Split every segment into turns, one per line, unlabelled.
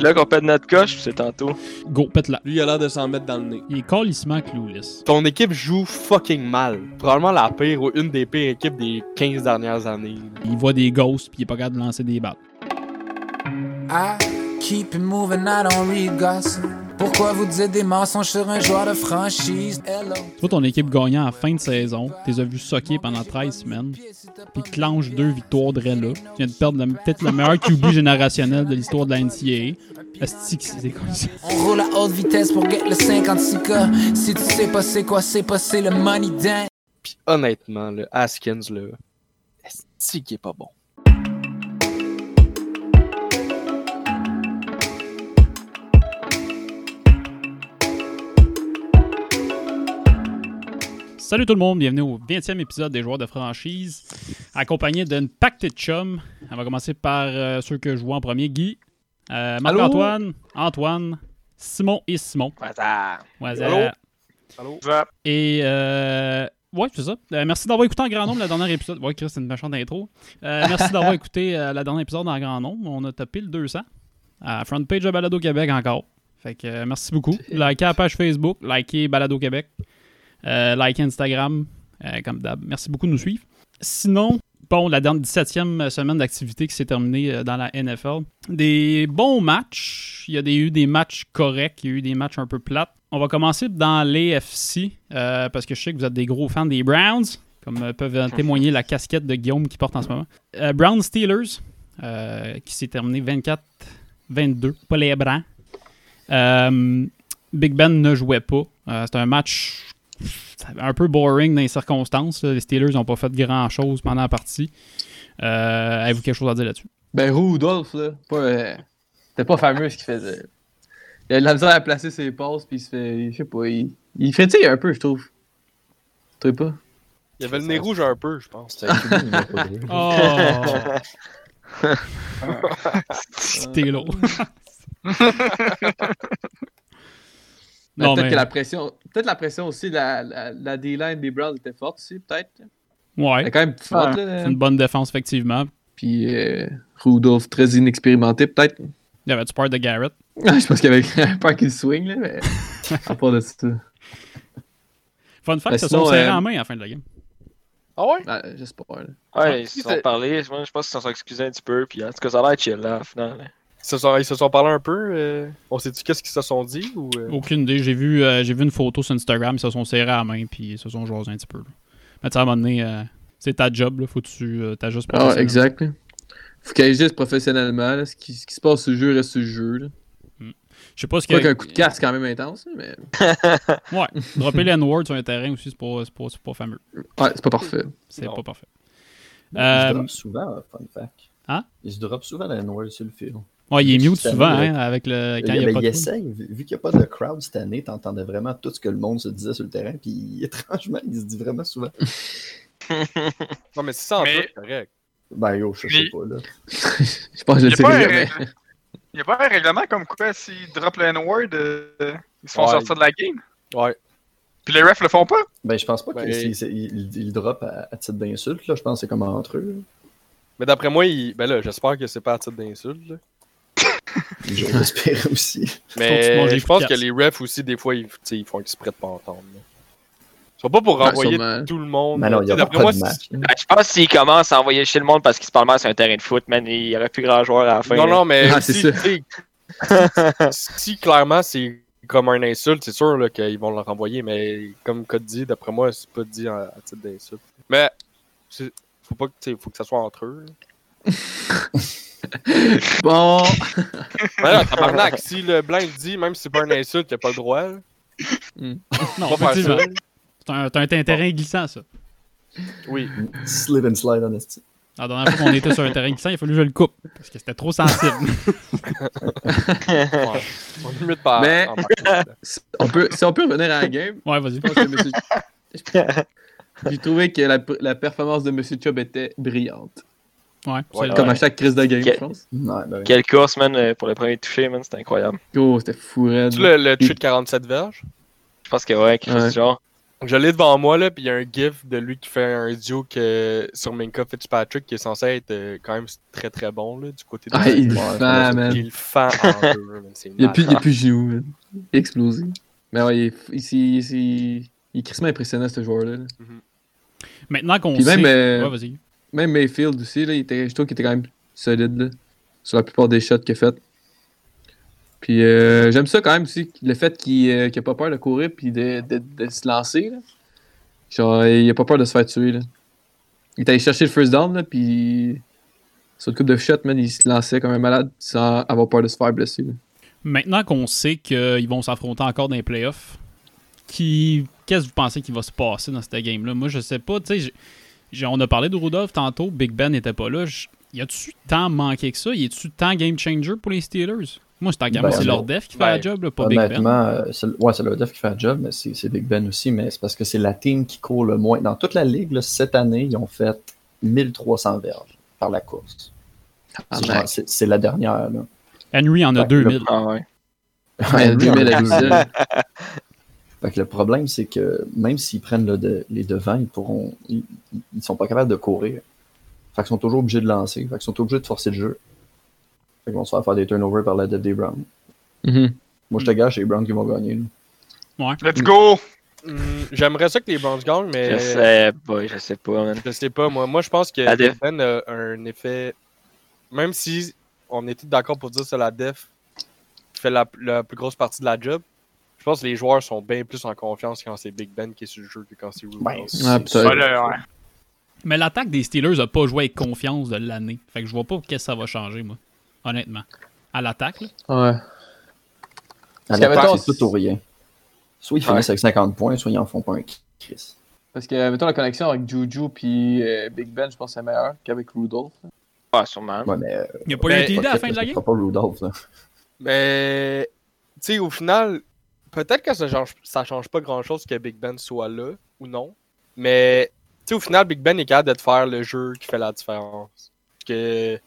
là qu'on pète notre coche, c'est tantôt.
Go, pète-la.
Lui, il a l'air de s'en mettre dans le nez.
Il est calissement clueless.
Ton équipe joue fucking mal. Probablement la pire ou une des pires équipes des 15 dernières années.
Il voit des ghosts puis il est pas capable de lancer des balles.
I keep it moving, I don't read gossip. Pourquoi vous dites des mensonges sur un joueur de franchise? Hello.
Tu vois ton équipe gagnant en fin de saison, t'es as vu socker pendant 13 semaines, puis clenche deux victoires de là. Tu viens de perdre la- peut-être le meilleur QB générationnel de l'histoire de la NCAA. Asti que c'est comme ça.
On roule à haute vitesse pour get le 56K. Si tu sais pas c'est quoi, c'est pas c'est le money dance.
Puis honnêtement, le Haskins, là, est qui est pas bon?
Salut tout le monde, bienvenue au 20e épisode des joueurs de franchise, accompagné d'une pacte de chum. On va commencer par euh, ceux que je vois en premier, Guy, euh, Marc-Antoine, Antoine, Simon et Simon.
Bazar.
Ouais,
Allô?
euh,
Va.
Et euh, ouais, c'est ça. Euh, merci d'avoir écouté en grand nombre le dernier épisode. Ouais, Chris, c'est une méchante intro. Euh, merci d'avoir écouté euh, le dernier épisode en grand nombre. On a tapé le 200 à Front Page de Balado Québec encore. Fait que euh, merci beaucoup. Likez la page Facebook, likez Balado Québec, euh, likez Instagram, euh, comme d'hab. Merci beaucoup de nous suivre. Sinon, bon, la dernière 17e semaine d'activité qui s'est terminée euh, dans la NFL. Des bons matchs. Il y a des- eu des matchs corrects, il y a eu des matchs un peu plates. On va commencer dans l'AFC, euh, parce que je sais que vous êtes des gros fans des Browns, comme euh, peuvent en témoigner la casquette de Guillaume qui porte en ce moment. Euh, Browns Steelers, euh, qui s'est terminé 24-22, pas les Browns. Euh, Big Ben ne jouait pas. Euh, C'était un match un peu boring dans les circonstances. là. Les Steelers n'ont pas fait grand-chose pendant la partie. Euh, Avez-vous quelque chose à dire là-dessus?
Ben, Rudolph, là, pas, euh, c'était pas fameux ce qu'il faisait. Il a de la misère à placer ses passes, puis il se fait. Je sais pas, il, il frétille un peu, je trouve. Tu sais pas?
Il avait le nez rouge un peu, je pense.
C'est un QB, il m'a pas joué.
Oh! C'était lourd.
Mais
non,
peut-être
mais...
que la pression. Peut-être la pression aussi, la, la, la D-line des Browns était forte aussi, peut-être. Elle
Ouais,
est quand même forte, là.
c'est une bonne défense, effectivement.
Puis euh, Rudolph, très inexpérimenté, peut-être.
Il avait-tu peur de Garrett?
je pense qu'il y avait peur qu'il swing, là, mais. à part de ça.
Fun fact,
Ben,
ils se
sinon,
sont serrés
euh,
en main à la fin de la game.
Ah ouais?
Ah, J'espère, là.
Ouais, ils se sont
c'est-
parlé. Moi, je pense qu'ils se sont excusés un petit peu. Puis, en tout cas, ça a l'air chill, là, au final.
Ils se sont, ils se sont parlé un peu. euh, on sait-tu qu'est-ce qu'ils se sont dit? Ou, euh,
Aucune idée. J'ai vu, euh, j'ai vu une photo sur Instagram, ils se sont serrés à la main, puis ils se sont jasés un petit peu. là. Mais tu sais, à un moment donné, euh, c'est ta job, là, faut que tu euh, t'ajustes pour
Ah,
ça.
exact. là. Faut qu'il agisse professionnellement. là. Ce, qui, ce qui se passe sur le jeu reste sur le jeu. Là.
Je sais pas ce
Quoi
que.
qu'un coup de casse, c'est quand même intense, là, mais
Ouais, dropper les N-word sur un terrain aussi, c'est pas, c'est pas, c'est pas fameux.
ouais, c'est pas parfait.
C'est
Non.
pas parfait.
Il
Euh,
se drop souvent, euh, fun fact.
Hein?
Il se drop souvent la noire sur le fil.
Ouais, il est mute
Cette
souvent,
année,
hein, avec le. Quand il n'y a
Ben,
pas
il
de.
essaye, vu vu qu'il n'y a pas de crowd cette année, t'entendais vraiment tout ce que le monde se disait sur le terrain, puis étrangement, il se dit vraiment souvent.
Non, mais si ça en
Mais-
fait, c'est correct.
Ben yo, je sais pas là.
Je pense que je
Il
le
n'y a, pas un
sais
règle-
jamais.
y a pas un règlement comme quoi s'ils droppent le N-word, euh, ils se font
Ouais.
sortir de la game.
Ouais.
Puis les refs le font pas.
Ben je pense pas
Ben,
qu'il le drop à, à titre d'insulte, là. Je pense que c'est comme entre eux.
Mais d'après moi, il... ben là, j'espère que c'est pas à titre d'insulte. là.
là. Je l'espère aussi.
Faut que tu manges les
Mais je
coups
pense
de
que
casse.
les refs aussi, des fois, ils, tu sais, ils font exprès de pas entendre. là. Ils sont pas pour
Ouais,
renvoyer
sûrement.
tout le monde.
Mais Ben, non, il y a
Tu sais,
pas
d'après moi,
de
si-
match. là.
Ben, je pense que s'ils commencent à envoyer chez le monde parce qu'ils se parlent mal sur un terrain de foot, man, il n'y aurait plus grand joueur à la fin.
Non, non, mais
Ah,
si,
c'est sûr.
tu sais, si clairement c'est comme un insulte, c'est sûr là, qu'ils vont le renvoyer, mais comme Code dit, d'après moi, c'est pas dit à, à titre d'insulte. Mais c'est- faut pas que tu sais, faut que ça soit entre eux. là.
Bon,
Mais là, tabarnak, si le blanc le dit, même si c'est pas un insulte, t'as pas le droit. là.
Non,
Faut pas faire
effectivement.
ça.
C'est un, c'est un terrain glissant, ça.
Oui.
Slip and slide en esti.
La dernière fois qu'on était sur un terrain glissant, il a fallu que je le coupe. Parce que c'était trop sensible.
Ouais. On limite par.
Mais-
en partant, là.
si on peut, si on peut revenir à la game,
ouais, vas-y.
je pense que monsieur... J'ai trouvé que la, la performance de Monsieur Chubb était brillante.
Ouais,
Ouais,
salut.
Comme à chaque crise de game,
Ok.
je pense.
Ouais, ben, oui.
Quelle course, man, euh, pour le premier touché, man, c'était incroyable.
Oh, c'était fou, raide.
Tu le, le de 47 verges
Je pense que ouais, quelque chose
Ouais.
du genre.
Je l'ai devant moi, là, puis il y a un gif de lui qui fait un duo que, sur Minka Fitzpatrick qui est censé être euh, quand même très très bon, là, du côté de
Ah, il le
Ouais,
fend, man.
Il le fend en deux, man, c'est
Il n'y a
malade.
plus, il y a plus de genoux, man. Il est explosé. Mais ouais, il est, il, c'est- il, c'est- il est crissement impressionnant, ce joueur-là. là.
Maintenant qu'on
Puis
sait.
même, euh,
Ouais, vas-y.
Même Mayfield aussi, là, il était, je trouve qu'il était quand même solide là, sur la plupart des shots qu'il a fait. Puis euh, j'aime ça quand même aussi, le fait qu'il n'a pas peur de courir puis de, de- de se lancer. là. Genre, il n'a pas peur de se faire tuer. Là. Il est allé chercher le first down, là, puis sur le coupe de shot, man, il se lançait comme un malade sans avoir peur de se faire blesser. là.
Maintenant qu'on sait qu'ils vont s'affronter encore dans les playoffs, qui... qu'est-ce que vous pensez qui va se passer dans cette game-là? Moi, je sais pas. Tu sais, j'ai- j'ai- on a parlé de Rudolph tantôt. Big Ben n'était pas là. Je- Y a-tu tant manqué que ça? Y a-tu tant game changer pour les Steelers? Moi, c'est
Ben,
c'est leur
non.
def qui fait la
Ben,
job, là, pas Big Ben.
Honnêtement, euh, c'est le- ouais, c'est le def qui fait le job, mais c'est c'est Big Ben aussi, mais c'est parce que c'est la team qui court le moins. Dans toute la ligue, là, cette année, ils ont fait 1300 verges par la course. C'est genre- C'est c'est la dernière. Là.
Henry en a
Ben,
2000.
Ah ouais.
Mais lui, mais la
Fait
viselle,
que le problème, c'est que même s'ils prennent le de- les devants, ils pourront, ils, ils- ils sont pas capables de courir. Fait qu'ils sont toujours obligés de lancer. Fait qu'ils sont obligés de forcer le jeu. Fait qu'ils vont se faire faire des turnovers par la def des Browns.
Mhm.
Moi, je te gage, c'est les Browns qui vont gagner. là.
Let's go!
Hmm, J'aimerais ça que les Browns gagnent, mais
Je sais pas, je sais pas, man.
je sais pas. Moi, moi je pense que
La def.
Ben a un effet. Même si on était d'accord pour dire que c'est la def qui fait la, la plus grosse partie de la job, je pense que les joueurs sont bien plus en confiance quand c'est Big Ben qui est sur le jeu que quand c'est Rudolph.
Ben, c'est-
Ah, putain.
Ouais, là, ouais.
Mais l'attaque des Steelers a pas joué avec confiance de l'année. Fait que je vois pas qu'est-ce que ça va changer, moi. Honnêtement. À l'attaque, là.
Ouais.
À
Parce qu'à
l'attaque,
mettons-
c'est tout ou rien. Soit ils finissent avec 50 points, soit ils en font pas un Chris.
Parce que, mettons, la connexion avec Juju puis euh, Big Ben, je pense que c'est meilleur qu'avec Rudolph.
Ouais, Ah, sûrement.
Ouais, mais euh,
Il a pas eu
Ben,
un TD à la
pas
fin de la game?
Chris, ce sera pas Rudolph, là.
Mais, Ben, tu sais, au final, peut-être que ça change, ça change pas grand-chose que Big Ben soit là ou non. Mais, tu sais, au final, Big Ben est capable de te faire le jeu qui fait la différence. Que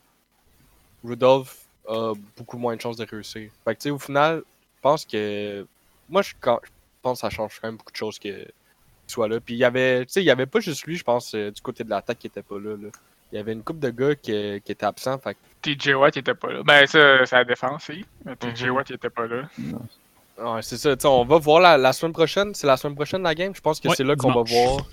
Rudolph a beaucoup moins de chances de réussir. Fait que, tu sais, au final, je pense que. Moi, je, quand- je pense que ça change quand même beaucoup de choses que qu'il soit là. Puis, il y avait, tu sais, il y avait pas juste lui, je pense, euh, du côté de l'attaque qui était pas là. là. Il y avait une coupe de gars qui, qui était absent. Fait que,
TJ Watt il était pas là. Ben, ça, c'est la défense, oui. Mais TJ
Mhm.
Watt il était pas là.
Ouais, c'est ça. T'sais, on va voir la, la semaine prochaine. C'est la semaine prochaine la game. Je pense que
Ouais,
c'est là qu'on va
dimanche.
voir.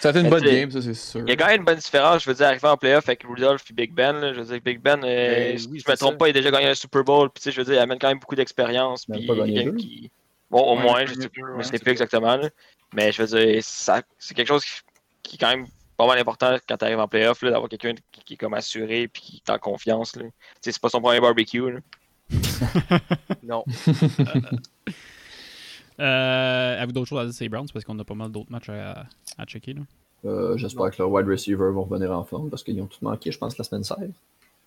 Ça a été une
Mais
bonne
t'sais,
game, ça, c'est sûr.
Il y a quand même une bonne différence, je veux dire, arriver en playoff avec Rudolph et Big Ben. là. Je veux dire, Big Ben, euh,
Ben
si
oui,
je me
c'est ça.
trompe pas, il a déjà gagné un Super Bowl. Puis, tu sais, je veux dire, il amène quand même beaucoup d'expérience.
Il a
Puis,
pas gagné
quelqu'un
deux.
qui- Bon, au
Ouais,
moins,
il a
je
gagné
sais,
deux,
je
ouais,
sais
c'est
plus exactement. là. Mais je veux dire, ça- c'est quelque chose qui, qui est quand même pas mal important quand tu arrives en playoff, là, d'avoir quelqu'un qui, qui est comme assuré puis qui est en confiance. là. Tu sais, c'est pas son premier barbecue. là.
Non.
Euh, avez-vous d'autres choses à dire sur les Browns? Parce qu'on a pas mal d'autres matchs à, à checker. Là.
Euh, J'espère que leurs wide receivers vont revenir en forme parce qu'ils ont tout manqué, je pense, la semaine 16.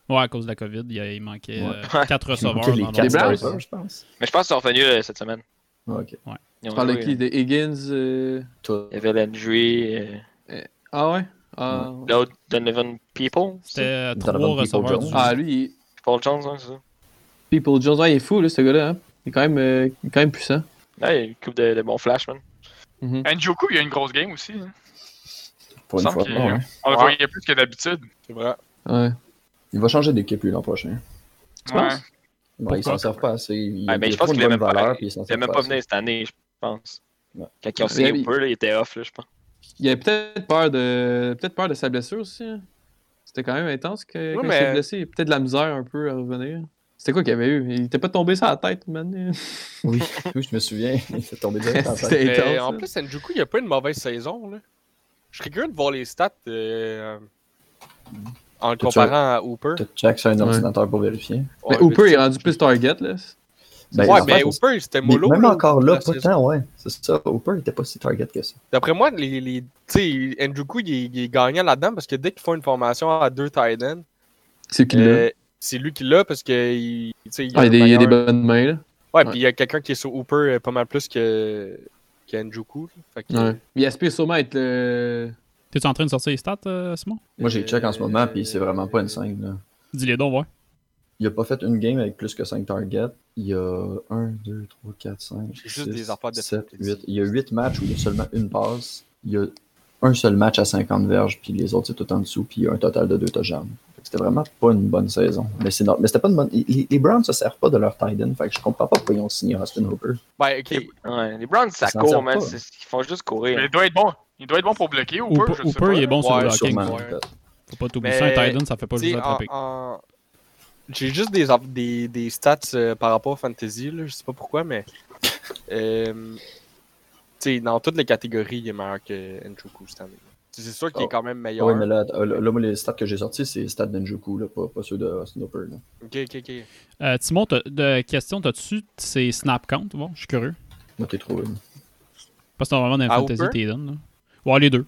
Ouais, à cause de la COVID, il, y a- il manquait
Ouais.
4
Ils ont
receveurs.
manqué les
dans
quatre
leur-
Browns?
starters, je pense.
Mais je pense qu'ils sont revenus euh, cette semaine.
Ah, ok.
Ils ont
Tu parles de
joué,
qui
là.
De Higgins euh,
Tout.
Il y avait Landry, euh,
Ah ouais ah,
l'autre Donovan People,
C'était euh, trois
Donovan People
receveurs.
Jones.
du-
ah, lui, il...
Paul Jones, hein, c'est ça.
People Jones, ouais, il est fou, là, ce gars-là. hein. Il, est quand même, euh, il est quand même puissant.
Ouais, il y a une coupe de, de bons flash, man.
Njoku, il a une grosse game aussi. hein.
Pour
Il
une
me
fois.
semble qu'il-
Ouais.
On le
Ouais.
voyait plus que d'habitude.
C'est vrai.
Ouais.
Il va changer d'équipe lui l'an prochain.
Ouais.
penses?
Bon,
Pourquoi?
ils s'en servent pas assez. Il
Ouais, mais
il
je
a
pense
trop
qu'il
une
est même
bonne
pas-
valeur, puis ils s'en
Il n'est
servent
même
pas
pas
assez.
venu cette année, je pense.
Ouais.
Quand ils ont
Ouais,
signé
mais-
Hooper, là, il était off, là, je pense.
Il avait peut-être peur de peut-être peur de sa blessure aussi. hein. C'était quand même intense que,
Ouais,
quand
mais-
il s'est blessé. Il a Peut-être de la misère un peu à revenir. C'était quoi qu'il avait eu Il était pas tombé sur la tête, man.
Oui, oui, je me souviens. Il s'est tombé direct en tête.
C'était
Mais
intense.
en
hein.
plus, Njoku, il a pas une mauvaise saison. Là. Je serais curieux de voir les stats euh, en le
T'as-tu
comparant à Hooper.
T'as check sur un ordinateur pour vérifier.
Mais
Ouais,
Hooper, il est
mais
rendu plus target, là.
tu-
Ben,
ouais,
en
mais
fait,
Hooper, c'était
Mais
mollo.
même
là,
encore là,
la
pas
saison.
tant, ouais. C'est ça. Hooper, il était pas si target que ça.
D'après moi, les, les, tu sais, Njoku, il, est- il est gagnant là-dedans parce que dès qu'ils font une formation à deux tight ends,
C'est qu'il l'a.
euh, c'est lui qui l'a parce que il, tu sais, il a
Ah, il
le
y a des- il y a des
meilleur-
bonnes mains, là.
Ouais, puis il y a quelqu'un qui est sur Hooper euh, pas mal plus que, que Njoku. là. Fait que-
Ouais. Il aspire sûrement à être le.
T'es-tu en train de sortir les stats, euh, Simon?
Moi, j'ai check en ce moment, puis c'est vraiment pas une scène. là.
Dis-les donc, ouais.
Il a pas fait une game avec plus que 5 targets. Il y a 1, 2, 3, 4, 5,
J'ai
6,
juste des affaires de
7,
fantasy.
8. Il y a 8 matchs où il y a seulement une passe. Il y a un seul match à 50 verges, puis les autres, c'est tout en dessous, puis il y a un total de 2 touchdowns. Fait que C'était vraiment pas une bonne saison. Mais c'est no- mais c'était pas une bonne. Les, les Browns se servent pas de leur Titan, fait que je comprends pas pourquoi ils ont signé Austin Hooper.
Ben, ok.
Les, ouais, les Browns, ça
Ils s'en
court,
servent
man.
pas.
c'est- Ils font juste courir.
Mais il doit être bon. Il doit être bon pour bloquer, ou
Hooper,
pas, je sais
Hooper,
pas.
il est bon sur le
Ouais,
blocking.
Sûrement,
ouais.
peut-être.
Faut pas t'oublier
Mais-
ça, un Titan, ça fait pas
Tu
juste
sais,
attraper.
en- en- J'ai juste des, aff- des, des stats euh, par rapport à Fantasy, là, je sais pas pourquoi, mais. euh, tu sais, dans toutes les catégories, il est meilleur que Njoku cette année. C'est sûr qu'il est
Oh.
quand même meilleur.
Ouais, mais là, euh, là, moi, les stats que j'ai sortis, c'est les stats d'Enjoku, là, pas, pas ceux de Austin Hooper. là.
Ok, ok, ok.
Euh, Timon, t'as- de question, t'as-tu ces snap count? Bon, je suis curieux.
Moi, t'es trouvé.
Parce que normalement, dans
À
les fantasy,
Hooper?
t'es donne. là. Ouais, les deux.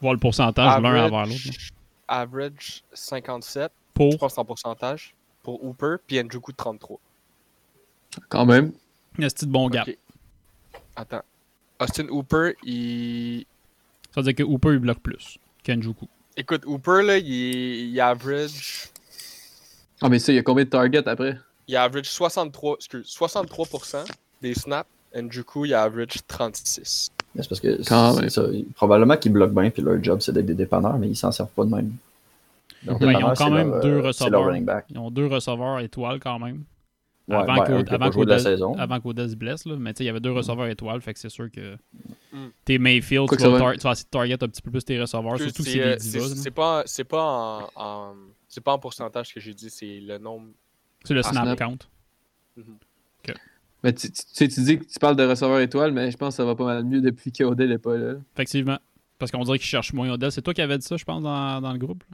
Voir le pourcentage de l'un
Average-
envers l'autre. là.
Average 57, je
Pour.
pense en pourcentage, pour Hooper, puis Njoku 33.
Quand même.
Un petit bon gap.
Ok. Attends. Austin Hooper, il.
Ça veut dire que Hooper, il bloque plus qu'Anjuku.
Écoute, Hooper, là, il, il average.
Ah, mais ça, il y a combien de targets après
Il average 63, excuse, 63% des snaps. Njoku, il average 36.
Mais c'est parce que
Quand
c'est-
même.
ça, ils- probablement qu'ils bloquent bien, puis leur job, c'est d'être des dépanneurs, mais ils s'en servent pas de même. Leur
Ouais, ils
dépanneur,
ont
c'est
quand même
leur,
deux
euh, C'est leur
receveurs.
running back.
Ils ont deux receveurs étoiles quand même.
Ouais,
avant
ben,
qu'au-
un qui a
avant
pas joué de la
qu'Odell-
saison.
avant qu'Odell se blesse, là. mais tu sais, il y avait deux receveurs étoiles, fait que c'est sûr que
Mm.
t'es Mayfield,
Quoi
tu
que
vas,
ça va.
tar- tu vas essayer de target un petit peu plus tes receveurs,
Excuse,
surtout si
c'est,
c'est
euh,
des divas.
c'est-
là.
c'est pas, c'est pas en, en- c'est pas en pourcentage que j'ai dit, c'est le nombre.
C'est le
Ah,
snap
snap.
count.
Mais tu, tu- tu sais, tu dis que tu parles de receveur étoile, mais je pense que ça va pas mal mieux depuis qu'Odell n'est pas là.
Effectivement. Parce qu'on dirait qu'ils cherchent moins Odell. C'est toi qui avais dit ça, je pense, dans, dans le groupe.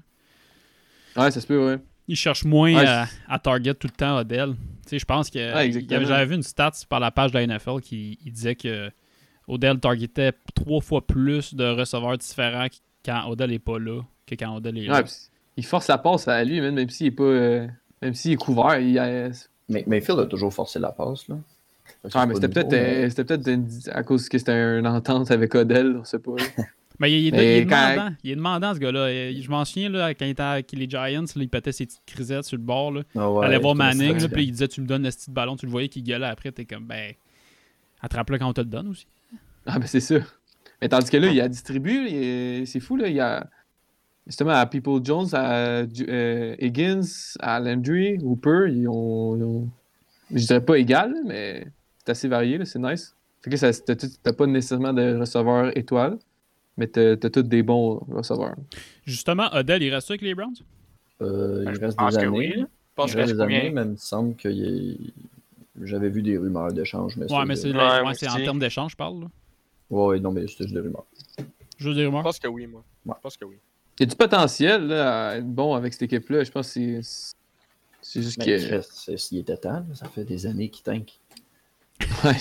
là.
Ouais, ça se peut, ouais.
Ils cherchent moins
Ouais,
à, à target tout le temps Odell. Tu sais, je pense que.
Ouais, exactement.
il y avait- J'avais vu une stat par la page de la NFL qui il disait que Odell targetait trois fois plus de receveurs différents quand Odell n'est pas là que quand Odell est là.
Ouais, pis il force la passe à lui, man, même s'il est pas. euh, même s'il est couvert. Il, euh,
Mais Mayfield a toujours forcé la passe, là. Fait que
Ouais,
c'est
mais
pas
c'était
nouveau,
peut-être
mais-
euh, c'était peut-être une- à cause que c'était une entente avec Odell, on sait pas. là.
Mais il, il est-
Mais
il est
quand-
demandant, il est demandant ce gars-là. Il- Je m'en souviens là, quand il était avec les Giants, là, il pétait ses petites crisettes sur le bord. Là.
Ah ouais,
allait voir
c'était
Manning, là,
stressant.
puis il disait Tu me donnes le petit ballon, tu le voyais qui gueulait après, t'es comme ben attrape-le quand on te le donne aussi.
Ah, mais c'est sûr. Mais tandis que
Ah.
là, il a distribué, là, il est- c'est fou, là. Il a justement à People Jones, à Ju- euh, Higgins, à Landry, Hooper, ils ont, ils ont- Je dirais pas égal, là, mais c'est assez varié, là, c'est nice. Fait que là, ça- t'as tout- t'as pas nécessairement de receveurs étoiles, mais t'as t'as tous des bons receveurs.
Justement, Odell, il reste avec les Browns?
Euh,
Ben,
il
je
reste
pense
des
que
années.
oui, là.
Je pense
Il
que
reste des
combien?
années, mais il me semble que il- j'avais vu des rumeurs d'échange. Mais
Ouais, mais c'est
Ouais,
ouais,
moi
c'est en
aussi.
termes d'échange, je parle. Là.
Ouais, ouais, non, mais c'est juste des rumeurs.
Je veux dire,
je
moi.
pense que oui, moi.
Ouais.
Je pense que oui.
Il y a du potentiel là, à être bon avec cette équipe-là. Je pense que c'est. C'est juste
Ben,
Mais
que.
Chris, c'est- s'il était temps, là, ça fait des années qu'il tank.
Ouais.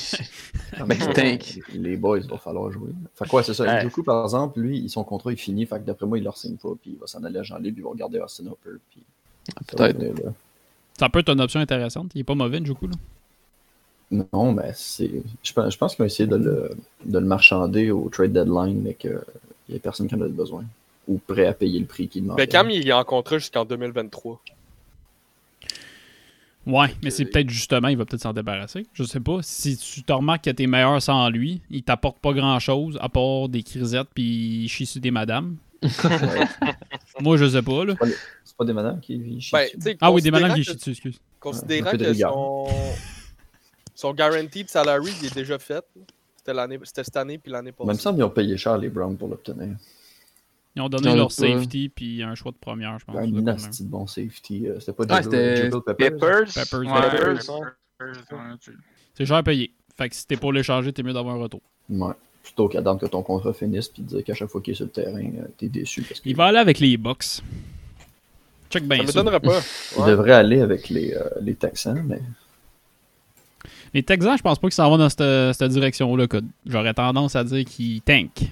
Mais
Mais
tank.
Ah, ben, Les boys, il va falloir jouer. Fait quoi, c'est ça.
Ouais.
Du coup, par exemple, lui, son contrat est fini. Fait que d'après moi, il leur signe pas. Puis il va s'en aller à jean puis il va regarder Austin Hopper. Puis ça va
Peut-être.
venir, là.
Ça peut être une option intéressante. Il est pas mauvais, Njoku. Là.
Non, mais c'est. Je pense, je pense qu'ils ont essayé de le, de le marchander au trade deadline, mais qu'il n'y a personne qui en a besoin. Ou prêt à payer le prix qu'il demande.
Beckham, Ben, il est en contrat jusqu'en 2023.
Ouais, mais c'est peut-être justement, il va peut-être s'en débarrasser. Je sais pas. Si tu te remarques que t'es meilleur sans lui, il t'apporte pas grand-chose à part des crisettes puis il chie sur des madames. Moi, je sais pas, là.
C'est pas des madames qui chient
Ben,
dessus.
tu sais,
Ah oui, des madames
considérant
qui
que-
chient dessus, excuse.
Considérant
Un peu de
que
rigueur.
son, son guaranteed salary, il est déjà fait. C'était l'année- c'était cette année puis l'année
Même
passée.
ça, ils ont payé cher les Browns pour l'obtenir.
Ils ont donné
J'en ai
leur
pas.
safety puis un choix de première, Ah, je pense.
Un
là, quand même.
nasty de bon safety. euh, C'était pas
Ah,
Jabril-
c'était-
Jabril
Peppers.
Peppers,
Ouais,
Peppers,
Peppers,
ouais.
ouais, tu-
C'est cher à payer. Fait que si t'es pour l'échanger, t'es mieux d'avoir un retour.
Ouais. Plutôt qu'attendre que ton contrat finisse puis te dire qu'à chaque fois qu'il est sur le terrain, euh, t'es déçu. Parce qu'il
Il va aller avec les Bucks. Check
Ça
bien
me
ça.
donnerait pas.
il
Ouais.
devrait aller avec les, euh, les Texans, mais
Les Texans, je pense pas qu'ils s'en vont dans cette, cette direction-là. que J'aurais tendance à dire qu'ils tankent.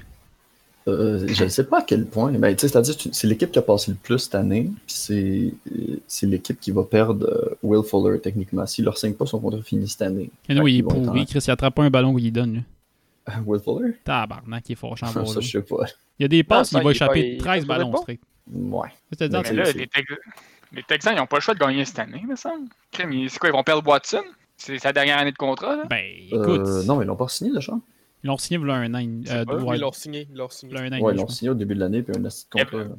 euh, je ne sais pas à quel point. Ben, tu sais, C'est-à-dire tu- c'est l'équipe qui a passé le plus cette année, puis c'est euh, c'est l'équipe qui va perdre euh, Will Fuller techniquement. S'il leur signe pas, son contrat finit cette année.
Et nous, il
Fait
est
qu'ils vont
pourri.
être
Chris, il attrape pas un ballon où il donne. Lui.
en- Euh, Will Fuller
Tabarnak, il est fort en bas,
Ça,
là.
je sais pas.
Il y a des passes,
Non,
il va
il est pas-
échapper
il est
13
pas
ballons
bon.
straight.
Ouais.
C'est-à-dire,
Mais
Mais là,
c'est-
les Tex- Les Texans, ils n'ont pas le choix de gagner cette année, me semble. Crème, ils- C'est quoi, ils vont perdre Watson? C'est sa dernière année de contrat, là?
Ben, écoute,
Euh, non, mais ils l'ont pas signé déjà.
ils l'ont signé voilà un an. et- euh,
Ah,
ouais,
Ils l'ont signé. Ils l'ont signé.
voilà un an et
Ouais, ils
demi,
l'ont
je pense.
signé au début de l'année, puis un assis de contrat.
Yep.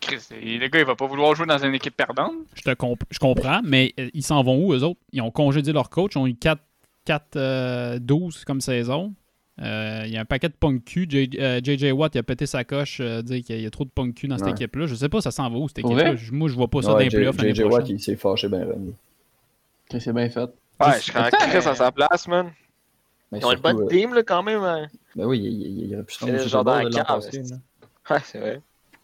Chris, le gars, il va pas vouloir jouer dans une équipe perdante.
je, te comp- je comprends, mais euh, ils s'en vont où, eux autres? Ils ont congédié leur coach, ils ont eu 4, 4 euh, 12 comme saison. Euh, Il y a un paquet de punk cul. J- euh, JJ Watt il a pété sa coche, euh, dire qu'il y, a- il y a trop de punk cul dans cette
Ouais.
équipe-là. Je sais pas, ça s'en va où cette
Pour
équipe-là.
vrai?
Je- Moi, je vois pas ça dans
Ouais,
les
J-
playoffs l'année
JJ Watt,
prochaine.
il s'est fâché ben Ren.
Ok, c'est bien fait.
Ouais, je serais en crise à sa place, man.
Mais
Ils ont une
surtout,
bonne
euh,
team, là, quand même. hein.
Ben oui, il, il, il aurait pu se
C'est
rendre
genre
au Super
dans la
Bowl l'an
cave,
passé,
c'est-
là.
Ouais, c'est vrai.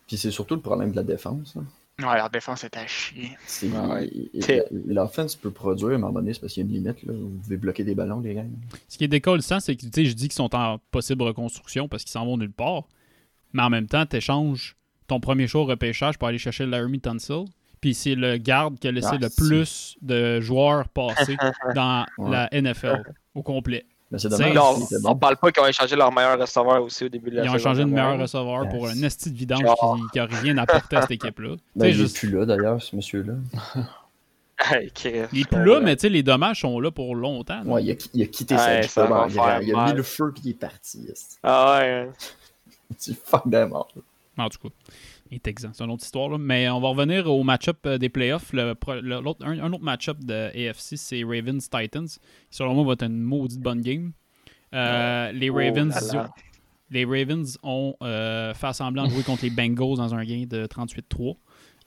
Puis c'est surtout le problème de la défense. là.
Ouais, leur défense est à chier.
C'est-
Ah ouais.
il- il-
T'es-
L'offense peut produire, mais à un moment donné, c'est parce qu'il y a une limite. Là. Vous devez bloquer des ballons, les gars.
Ce qui est décollissant, c'est que tu sais, je dis qu'ils sont en possible reconstruction parce qu'ils s'en vont nulle part. Mais en même temps, tu échanges ton premier show au repêchage pour aller chercher Laramie Tunsil. Puis c'est le garde qui a laissé
Ah,
le
si.
plus de joueurs passer dans
Ouais.
la NFL au complet.
Mais c'est
C'est-
dommage.
Non,
parce que c'était
on
bon.
parle pas qu'ils ont échangé leur meilleur receveur aussi au début de la
Ils ont
saison
changé de meilleur
dernière.
receveur pour
Yes.
un esti de vidange
Genre.
qui, qui a rien apporté à cette équipe-là. Tu
Ben,
sais,
il est
juste-
plus là, d'ailleurs, ce monsieur-là.
Hey, Chris.
Il est plus là, mais tu sais, les dommages sont là pour longtemps. là.
Ouais, il a, il a quitté
Ouais,
sa
ça
job en
va faire
grand. Il a
mal.
mis le feu, puis il est parti. yes.
Ah ouais, hein.
Tu fuck them up.
En tout cas, il est exempt. C'est une autre histoire. là. Mais on va revenir au match-up euh, des playoffs. Le, pro- le- l'autre- un, un autre match-up de AFC, c'est Ravens-Titans. qui, Selon moi, va être une maudite bonne game. Euh, les,
Oh
Ravens,
là là.
les Ravens ont euh, fait semblant de jouer contre les Bengals dans un gain de 38-3.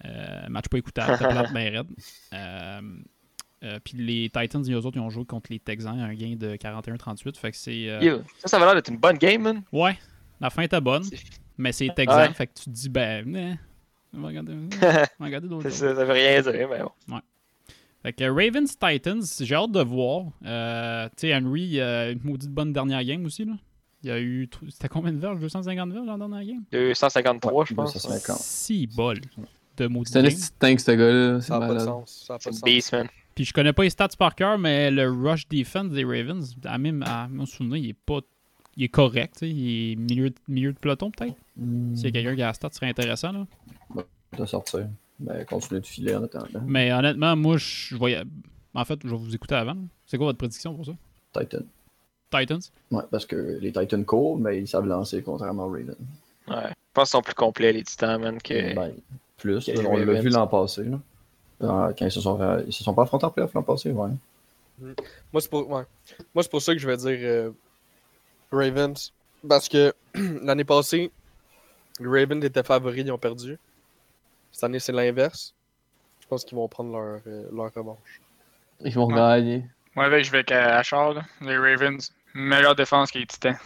Euh, match pas écoutable, t'as plate, ben raide. Euh, euh, Puis les Titans, eux autres, ils ont joué contre les Texans, un gain de 41-38. Fait que c'est. euh,
Yo, Ça, ça va l'air d'être une bonne game, man.
Ouais, la fin était bonne,
C'est-
mais c'est Texan,
Ouais.
fait que tu te dis, ben, eh, on va regarder, on va regarder d'autres
C'est ça,
choses.
ça veut rien dire, mais bon.
Fait que Ravens Titans, j'ai hâte de voir. Euh, tu sais, Henry, euh, une maudite bonne dernière game aussi, là. Il y a eu. tr- C'était combien de verges 250 verges dans la dernière game
253, je pense.
250.
6 bols de maudite
C'est un
game.
esti de tank, ce gars-là. C'est
Ça n'a pas de
malade.
sens. Ça n'a pas
C'est
de
une
sens.
beast, man.
Puis je connais pas les stats par cœur, mais le rush defense des Ravens, à, même, à mon souvenir, il est pas. Il est correct, tu sais. Il est milieu, de- milieu de peloton, peut-être.
Hmm,
S'il y a quelqu'un qui a la stat, ce serait intéressant, là.
de sortir. Ben, continue de filer en attendant.
Mais honnêtement, moi, je voyais. En fait, je vais vous écouter avant. C'est quoi votre prédiction pour ça
Titan.
Titans
Ouais, parce que les Titans courent, mais ils savent lancer, contrairement aux Ravens.
Ouais. Je pense qu'ils sont plus complets, les Titans, man. Que...
Ben, plus,
que les
on l'a
Ravens.
vu l'an passé. Là. Euh, Quand ils se sont, ils se sont pas affrontés en playoff l'an passé, ouais.
Moi, c'est pour, ouais. Moi, c'est pour ça que je vais dire euh, Ravens. Parce que l'année passée, les Ravens étaient favoris, ils ont perdu. Cette année, c'est l'inverse. Je pense qu'ils vont prendre leur, euh, leur revanche.
Ils vont gagner.
Moi, avec, je vais qu'à Achard, là. Les Ravens, meilleure défense que les Titans.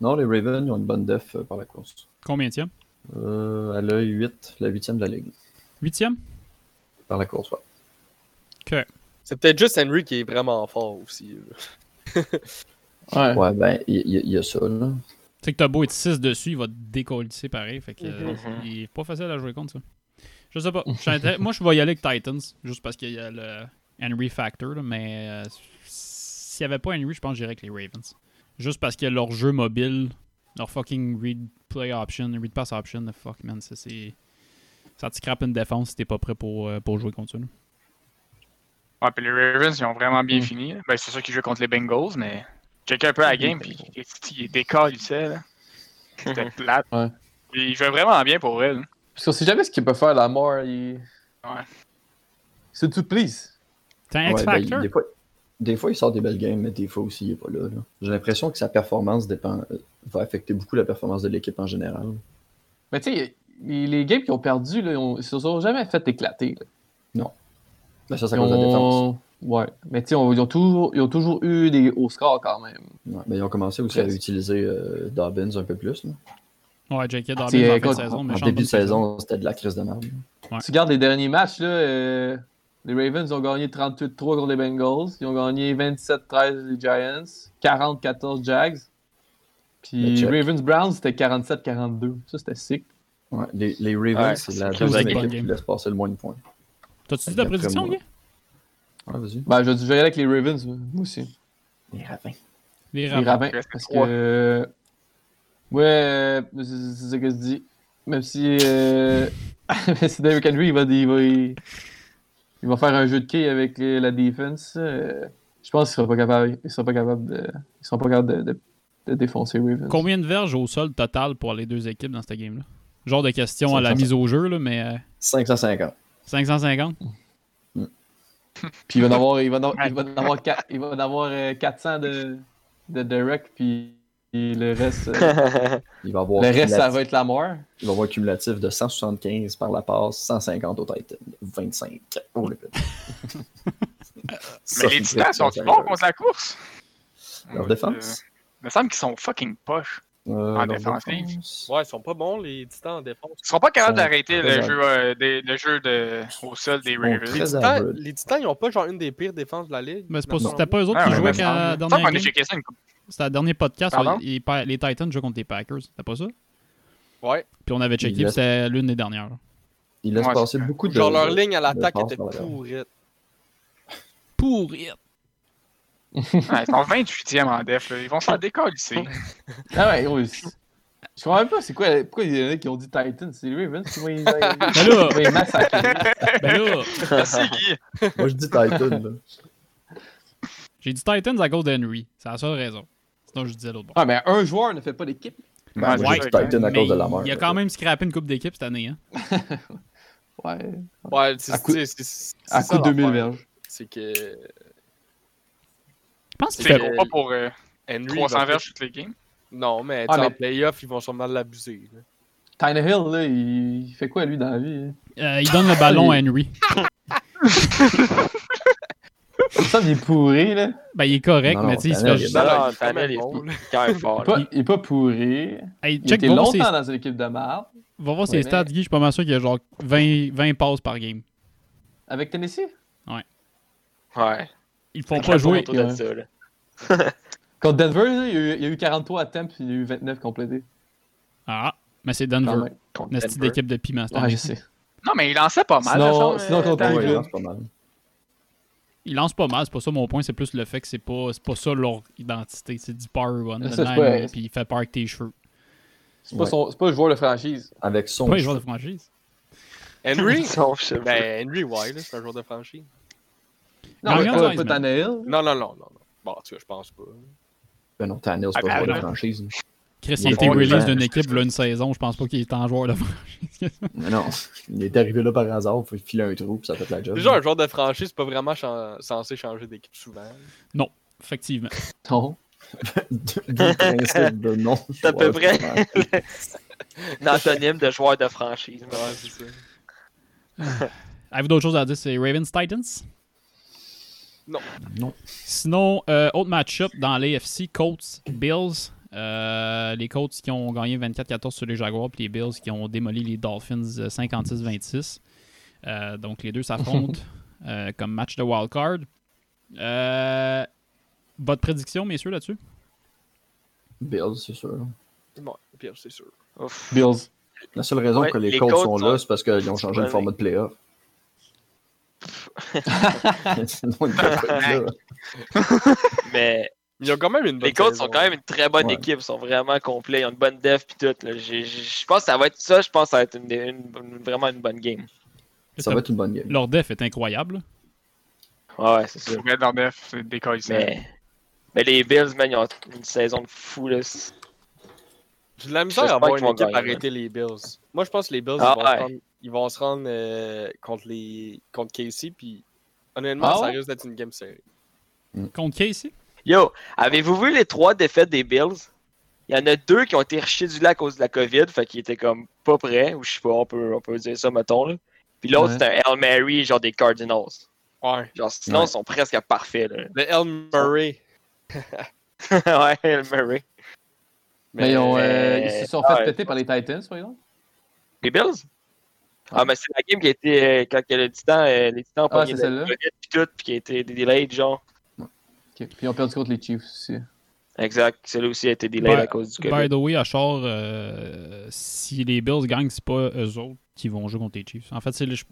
Non, les Ravens, ils ont une bonne def euh, par la course.
Combien de tiens
Euh, elle a 8, la huitième de la ligue.
Huitième
Par la course, ouais.
C'est peut-être juste Henry qui est vraiment fort aussi. là.
Ouais.
Ouais, ben, il il- il y, a ça, là.
Tu sais que t'as beau être 6 dessus, il va te décollisser pareil. Fait que euh,
Mhm.
il est pas facile à jouer contre ça. Je sais pas. Je suis intér- Moi, je vais y aller avec Titans, juste parce qu'il y a le Henry Factor, là, mais euh, s'il y avait pas Henry, je pense que j'irais avec les Ravens. Juste parce que leur jeu mobile, leur fucking read play option, read pass option, the fuck man, ça c'est. Ça te scrape une défense si t'es pas prêt pour, euh, pour jouer contre ça. là.
Ouais, Ah, puis les Ravens, ils ont vraiment bien
Mm.
fini. là. Ben, c'est sûr qu'ils jouent contre les Bengals, mais checker un peu la game, puis les Titans, ils décollent, tu sais, là. C'était plate.
Ouais.
Puis ils jouent vraiment bien pour eux, là.
Parce qu'on sait jamais ce qu'il peut faire, la mort. Il...
Ouais.
C'est tout please.
T'es un
Ouais, ben, il-
X-Factor?
des, fois, des fois, il sort des belles games, mais des fois aussi, il est pas là. là. J'ai l'impression que sa performance dépend, euh, va affecter beaucoup la performance de l'équipe en général.
Mais tu sais, les les games qui ont perdu, là, ils ont- ils se sont jamais fait éclater. là.
Ben, ça, c'est à
Ils
cause de la défense.
ont- Ouais. Mais tu sais, on- ils, ont toujours- ils ont toujours eu des hauts scores quand même.
Ouais, ben, ils ont commencé aussi à
Presque.
utiliser euh, Dobbins un peu plus. là.
Ouais, J.K. Dobbins en
C'est-
fin de
écoute,
saison.
Ah, En
méchante
début
bonne
de saison, c'était de la crise de merde.
Ouais.
Tu regardes les derniers matchs, là, euh, les Ravens ont gagné 38-3 contre les Bengals. Ils ont gagné 27-13 les Giants, 40-14 Jags.
Le
Puis
check.
Ravens-Browns, c'était 47-42. Ça, c'était sick.
Ouais, les, les Ravens,
Ouais,
c'est
c'est
la
clair.
deuxième
Bonne
équipe
game.
qui laisse passer le moins de points.
T'as-tu dit ta
D'après
prédiction,
moi.
Guy?
Ouais, vas-y.
Ben, je vais je vais y aller avec les Ravens, moi moi aussi.
Les Ravens.
Les
Les
Ravens.
Ravens,
reste
parce
trois.
que... Ouais, euh, c'est c'est ça que je dis. Même si euh, Mais si Derrick Henry, il va, il, va, il- il va faire un jeu de quai avec euh, la défense, euh, je pense qu'il sera pas capable. Il sera pas capable de. Ils sera pas capable de, de- de défoncer Ravens.
Combien de verges au sol total pour les deux équipes dans cette game-là? Genre de question à la
550.
mise au jeu, là, mais euh,
550.
550?
Puis il va en avoir, il va en avoir,
Ouais.
il va en avoir, quatre- il va en avoir, euh, 400 de, de Derek, puis puis le reste, euh,
Il va avoir
le reste ça
cumulatif-
va être la mort.
il va avoir un cumulatif de 175 par la passe, 150 au tight end, 25 au répète.
Mais les titans sont bons contre la course.
Leur
Euh,
défense?
Il me semble qu'ils sont fucking poches.
Euh,
en
leur
défensive.
défense.
Ouais, ils sont pas bons, les titans en défense.
Ils seront pas capables
sont
d'arrêter
très
le jeu, euh, des- le jeu de, au sol des
sont
Ravens. Ah,
très
Il
Les
Très
titans,
average.
les titans, ils ont pas genre une des pires défenses de la ligue.
Mais c'est pas,
Non.
c'était pas eux autres qui
ouais,
jouaient
Ah, mais
qu'à la
me semble
dernière
qu'on a
game.
checké ça une couple.
C'était le dernier podcast.
Pardon?
ouais, ils pa- les Titans jouent contre les Packers. C'était pas ça?
Ouais.
Puis on avait checké,
Ils
puis
laissent-
c'était l'une des dernières.
Ils laissent
Ouais,
passer
c'est-
beaucoup de...
Genre leur ligne à l'attaque
défense
était
par la garde.
pourrite.
Pour it.
Ouais, ils sont 28e en def. là. Ils vont se faire décoller ici.
Ah ouais, oui. Je comprends même pas c'est quoi. Pourquoi il y en a qui ont dit Titan, c'est les Ravens qui vont les- ils vont les massacrer.
Ben là,
Merci, Guy.
Moi, je dis Titan, là.
j'ai dit Titans à cause d'Henry. C'est la seule raison. Sinon, je disais l'autre bord.
Ah, mais un joueur ne fait pas l'équipe.
Ben, Moi,
Ouais,
je dis
c'est
Titan à
Mais
cause de la mort.
il a quand même scrappé une coupe d'équipe cette année. Hein.
Ouais.
Ouais, c'est
À coup-
c'est- c'est- c'est
À
ça
coup de 2000
l'affaire.
verges.
C'est que
Je pense que
C'est
c'était
euh,
pas pour euh,
Henry.
300
va-
verges toutes les games.
Non, mais,
Ah,
tu sais, en
mais-
playoff, ils vont sûrement l'abuser. là.
Tannehill, là, il... il fait quoi, lui, dans la vie? hein?
Euh, il donne le ballon à Henry.
Il me semble qu'il est pourri, là.
Ben, il est correct,
Non, non,
mais tu sais, il se
Tannehill,
fait
il est
juste.
Non, non,
là, il est quand
Tannehill,
même
il est
bon, là.
quand même fort.
Il
là.
est pas- Il est pas pourri.
Hey,
Il
check,
était
va voir,
longtemps
ses,
dans une équipe de marde.
va voir ses
Ouais, mais-
stats, Guy. Je suis pas mal sûr qu'il y a genre 20, 20 passes par game.
Avec Tennessee?
Ouais.
Ils font
Ils
pas jouer. euh,
autour de
ouais.
ça, là.
Contre Denver, là, il, y a eu, il y a eu 43 attempts puis il y a eu 29 complétés.
Ah, mais c'est
Quand
Denver.
même.
Contre
Une petite
Denver.
d'équipe de piment. cette
Ouais,
année.
Ah, je sais.
Non, mais ils lançaient pas mal.
Sinon-
me semble,
sinon,
euh,
contre
Tannehill.
Cleveland.
Ouais, non, c'est pas mal.
Ils lancent pas mal, c'est pas ça mon point, c'est plus le fait que c'est pas, c'est pas ça leur identité, c'est du power run.
Ça, c'est
le
pas-
line, puis il fait peur avec tes cheveux.
C'est pas, son- c'est pas le joueur de franchise.
Avec son...
Pas les joueurs de franchise.
Henry?
Son cheveu.
ben, Henry, ouais, là, c'est un joueur de franchise.
Non, mais
Dorian
pas, pas
Wiseman.
Tannehill.
Non, non, non, non. non. Bon, en tout cas, je pense pas.
Ben non, Tannehill, c'est
Ah,
pas le joueur
ben,
de franchise.
Chris,
Ils
il a été
font les
release
gens.
d'une équipe là, une saison, je pense pas qu'il est en joueur de franchise.
Mais non, il est arrivé là par hasard, il filer un trou, puis ça fait la job.
Déjà, un joueur de franchise, c'est pas vraiment chan- censé changer d'équipe souvent.
Effectivement.
Non.
du principe de non.
C'est à peu
joueur.
Un antonyme de joueur de franchise. mais ouais.
c'est ça.
Avez-vous d'autres choses à dire? C'est Ravens Titans?
Non.
Non.
Sinon, euh, autre match-up dans l'AFC, Colts, Bills. Euh, les Colts qui ont gagné 24-14 sur les Jaguars, puis les Bills qui ont démoli les Dolphins euh, 56-26. Euh, donc les deux s'affrontent euh, comme match de wildcard. Euh, votre prédiction, messieurs, là-dessus?
Bills, c'est sûr.
Bon, pire, c'est sûr.
Ouf.
Bills.
La seule raison
Ouais,
que les,
les
Colts
Colts
sont là,
sont-
c'est parce qu'ils ont changé le
Ouais.
format de playoff. Sinon, ils peuvent pas être là.
Mais
Ils ont quand même une bonne
les Colts
saison.
sont quand même une très bonne
Ouais.
équipe. Ils sont vraiment complets. Ils ont une bonne def puis tout. là. J'ai- j'ai- Je pense que ça va être ça. Je pense que ça va être une des- une- une- vraiment une bonne game.
Ça va être une bonne game.
Leur def est incroyable.
Ouais, c'est sûr.
Pour être dans def, euh, c'est décoller ici.
Mais, mais les Bills, man, ils ont une saison de fou. Là. C'est-
J'ai de la misère à
J'espère
avoir
qu'ils
une
vont
équipe
gagner, hein.
arrêter les Bills. Moi, je pense que les Bills,
Ah
ils, vont se
ouais.
rendre, ils vont se rendre euh, contre, les, contre Casey, puis honnêtement,
Ah
ça
ouais?
risque d'être une game série.
Ah.
Contre Casey?
Yo, avez-vous vu les trois défaites des Bills? Il y en a deux qui ont été rechidulés à cause de la COVID, fait qu'ils étaient comme pas prêts, ou je sais pas, on peut, on peut dire ça, mettons. Là. Puis l'autre,
Ouais.
c'était un Hail Mary, genre des Cardinals.
Ouais.
Genre, sinon,
Ouais.
ils sont presque à parfait, là.
Le El Murray.
ouais, Hail Mary.
Mais, ils, ont, euh,
mais-
ils se sont
ah,
fait
ouais.
péter par les Titans, par exemple.
Les Bills? Ah, mais c'est la game qui a été, euh, quand que le Titan, euh, les Titans ont
Ah,
pogné
c'est
la
celle-là?
COVID pis tout, pis qui a été delayed, genre.
Ok. Puis ils ont perdu contre les Chiefs aussi.
Exact, celle-là aussi a été delayed
By-
à cause du
By
COVID.
the way, à Char, euh, si les Bills gagnent, c'est pas eux autres qui vont jouer contre les Chiefs. En fait, c'est le- je-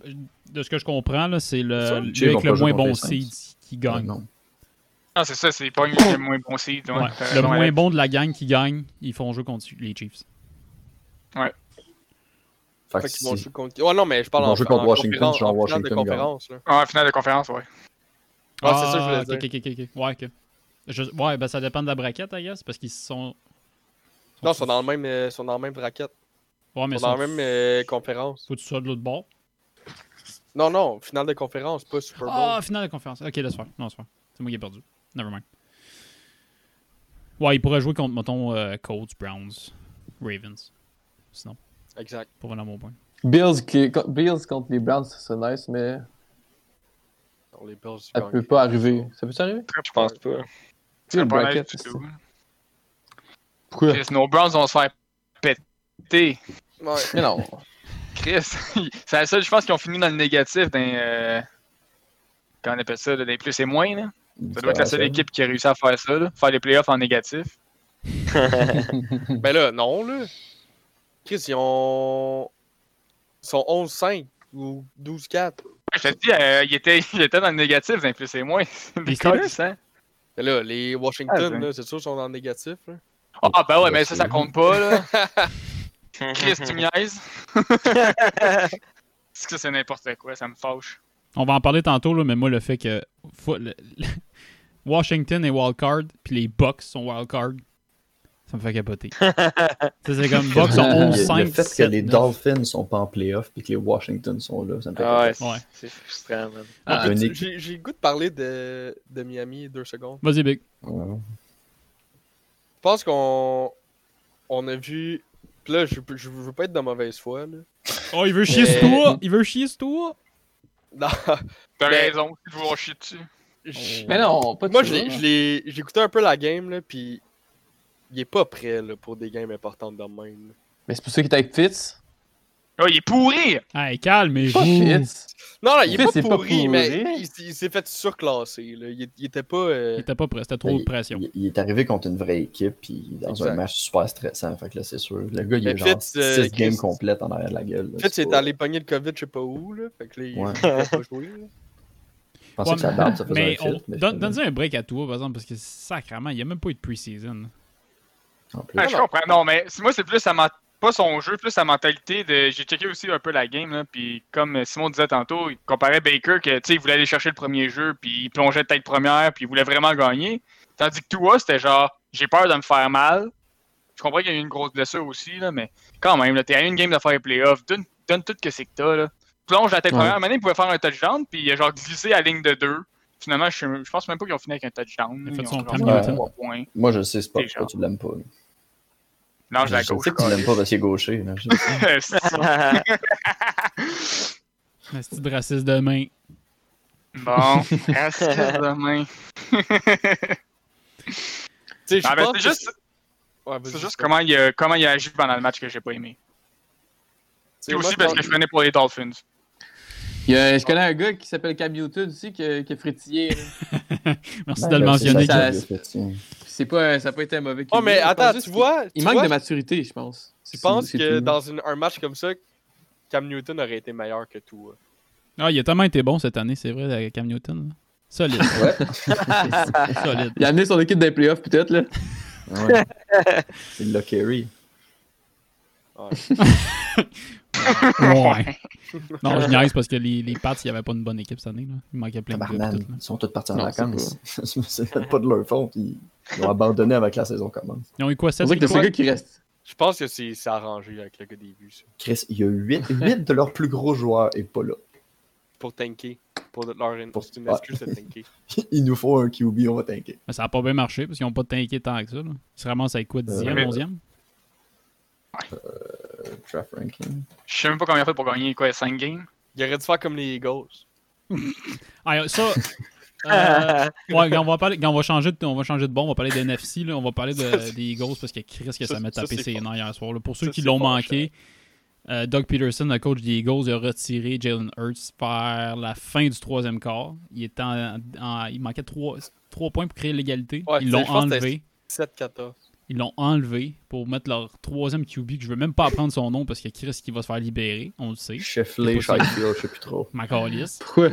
de ce que je comprends, là, c'est le,
Ça, les
lui
Chiefs vont
avec le
pas jouer
moins
contre
bon
les Saints.
seed qui gagne.
Non.
Non, c'est ça, c'est pas une- le moins bon seed. ouais.
Ouais,
T'as
Le
raison,
moins
Alex.
bon de la gang qui gagne, ils font jouer contre les Chiefs.
Ouais.
Fait que
Fait qu'ils vont
Ah, si-
jouer contre. Ouais, non, mais je parle
Ils vont
en,
jouer contre
en
Washington,
conférence-
genre
en finale de
Washington gagne.
conférence, là.
Ah, finale de conférence, ouais.
Ouais, c'est ça que je voulais
Ah, ok, ok, ok, ok. Ouais, ok. Je- ouais, ben ça dépend de la braquette, I guess, parce qu'ils sont.
Non, ils sont dans le même, euh, ils sont dans la même bracket.
Ouais, mais
Ils sont dans
sont-
la même euh, conférence.
Faut que tu sois de l'autre bord.
Non, non, finale de conférence, pas Super Bowl.
Ah, finale de conférence. Ok, le soir. Non, le soir. C'est moi qui ai perdu. Never mind. Ouais, il pourrait jouer contre, mettons, euh, Colts, Browns, Ravens. Sinon,
Exact.
pour venir à mon point.
Bills, qui- co- Bills contre les Browns, ça serait nice, mais
Non, les Bills, ils
ça
gagnent.
peut pas arriver. Ça peut arriver?
Je pense pas.
C'est
le
pas mal
bracket,
du
c'est-
tout.
Pourquoi?
Chris, nos Browns vont se faire péter.
Ouais.
Mais non.
Chris, c'est la seule, je pense, qu'ils ont fini dans le négatif dans euh, Quand on appelle ça, là, des plus et moins, là. Ça doit être la seule équipe qui a réussi à faire ça, là. Faire les playoffs en négatif.
Ben là, non, là. Chris, ils ont. Ils sont 11-5 ou 12-4.
Ouais, je te dis, euh, il, était, il était dans le négatif dans les plus et moins. C'est
Les
dégueulasse, hein?
Mais là, les Washington,
Ah,
là, c'est sûr, ils sont dans le négatif. Là.
Ah, ah, ben ouais, mais ça, ça compte pas, là. Chris, tu me niaises. Est-ce que c'est n'importe quoi, ça me fâche.
On va en parler tantôt, là, mais moi, le fait que faut- le- le- Washington est wildcard, puis les Bucks sont wildcard, ça me fait capoter. Tu sais, c'est comme Bucks sont
Le-
11, 5,
Le fait que
7,
les
9.
Dolphins sont pas en playoff et que les Washington sont là, ça me fait
Ah ouais,
Ouais.
c'est- c'est frustrant, man.
Ah,
un
J'ai
équipe.
j'ai le goût de parler de, de Miami deux secondes.
Vas-y, Big.
Ouais.
Je pense qu'on on a vu. Puis là, je, je veux pas être de mauvaise foi. Là.
Oh, il veut chier
Euh,
sur
Mais-
toi! Il veut chier sur toi!
Non,
T'as
Ben-
raison, tu veux en chier dessus.
je-
Mais non, pas de
Moi,
ça.
je l'ai- je l'ai- j'ai écouté un peu la game, là, puis il est pas prêt là, pour des games importantes de même. là.
Mais c'est pour ça qu'il est avec Fitz.
Oh, il est pourri!
Hey, calme, mais
Pas Fitz.
Non, non, il est
Fitz,
pas
c'est
pourri,
pas pourri.
mais il, s- il s'est fait surclasser. Là. Il, il était pas. euh,
Il était pas prêt, c'était trop de pression.
Ben, Il, il est arrivé contre une vraie équipe puis dans
Exact.
un match super stressant. Fait que là, c'est sûr. Le gars, il
Mais
est genre
Fitz, euh,
6 games
Chris-
complètes en arrière de la gueule. là.
En fait, c'est
pas-
allé pogner le COVID, je sais pas où, là. Fait que là, il
Ouais.
il peut pas jouer. là.
Je pensais que ça date, ça faisait
Mais
un fit.
on- donne- donne-y un break à toi, par exemple, parce que sacrément, il n'y a même pas eu de pre-season.
en plus.
Ah, je
non.
comprends. Non, mais c'est- moi, c'est plus sa ma- pas son jeu, plus sa mentalité. De... J'ai checké aussi un peu la game, là, puis comme Simon disait tantôt, il comparait Baker que, tu sais, il voulait aller chercher le premier jeu, puis il plongeait de tête première, puis il voulait vraiment gagner. Tandis que Tua, c'était genre, j'ai peur de me faire mal. Je comprends qu'il y a eu une grosse blessure aussi, là, mais quand même, là, t'es à une game de faire les playoffs, donne, donne tout que c'est que t'as, là. Plonge la tête
Ouais.
première, maintenant, il pouvait faire un touchdown, puis il a genre glissé à la ligne de deux. Finalement, je, je pense même pas qu'ils ont fini avec un touchdown.
Il a fait
Ils
son
ont
Cam
genre
Newton.
trois points.
Moi, je sais c'est pas
C'est
pourquoi
genre-
tu l'aimes pas. là.
Non,
Je
je la
sais
gauche.
que tu l'aimes pas parce qu'il est gaucher. là. Je-
Ah,
Un style de raciste demain.
Bon, reste demain.
Tu sais,
Ah,
je
ben,
pense
c'est
que
juste,
Ouais, vas-y.
c'est juste comment, il a, comment il a agi pendant le match que j'ai pas
Tu
aimé.
sais,
C'est aussi
moi,
parce que
pense-
je prenais pour les Dolphins.
Il y a- je connais un gars qui s'appelle Cam Newton aussi, qui a, qui a frétillé. là.
Merci
Ouais,
de le
ben, c'est
mentionner.
ça,
ça, hein.
ça-
c'est ça.
C'est pas, ça n'a pas été un mauvais
Oh,
QB,
mais
je pense
attends,
juste
tu
qu'il-
vois.
Il
tu
manque
vois,
de maturité, je pense.
Je pense
C'est-
que
c'est tout.
dans une- un match comme ça, Cam Newton aurait été meilleur que tout.
Ah, il a tellement été bon cette année, c'est vrai, avec Cam Newton. là. Solide.
Ouais.
solide.
Il a amené son équipe des playoffs, peut-être, là.
Ouais. Il l'a carry.
Ouais. Non, je niaise parce que les, les Pats, il n'y avait pas une bonne équipe cette année. Là. Il manquait plein de gars. pis
Tabarnane,
tout, là.
ils sont tous partis en
Non, c'est
vacances. c'est même pas de leur faute. Ils ils ont abandonné avant que la saison commence.
Ils ont eu quoi,
C'est
7
vrai que c'est
victoires?
un gars qui reste.
Je pense que c'est c'est arrangé avec le gars des buts, ça.
Chris, il y a 8, de leurs plus gros joueurs et pas là.
Pour tanker. Pour leur...
Pour-
C'est une
Ouais.
excuse de tanker.
Il nous faut un QB, on va tanker.
Mais ça n'a pas bien marché parce qu'ils n'ont pas tanké tant que ça. Là. Ils se ramassent
Euh,
avec quoi, 10e,
mais-
11e?
Traff ranking.
Je sais même pas combien il a fait pour gagner quoi, 5 games.
Il aurait dû faire comme les Eagles.
Ah, ça... euh, ouais, on va, parler, on, va changer de, on va changer de bon, on va parler de NFC, là, on va parler de, des Eagles parce que Chris, que
Ça,
ça m'a
ça,
tapé
c'est
ses
fort.
nerfs hier soir. là. Pour ceux
Ça,
qui
c'est
l'ont
fort,
manqué, euh, Doug Peterson, le coach des Eagles, a retiré Jalen Hurts vers la fin du troisième quart. Il, était en- en- il manquait trois, trois points pour créer l'égalité.
Ouais,
Ils
c'est-
l'ont
je pense que
enlevé.
7-14.
Ils l'ont enlevé pour mettre leur troisième QB, que je veux même pas apprendre son nom parce que Chris qui va se faire libérer, on le sait.
Sheffley,
C'est pas ça.
Sheffield, je sais plus trop.
Macaulisse.
Pourquoi?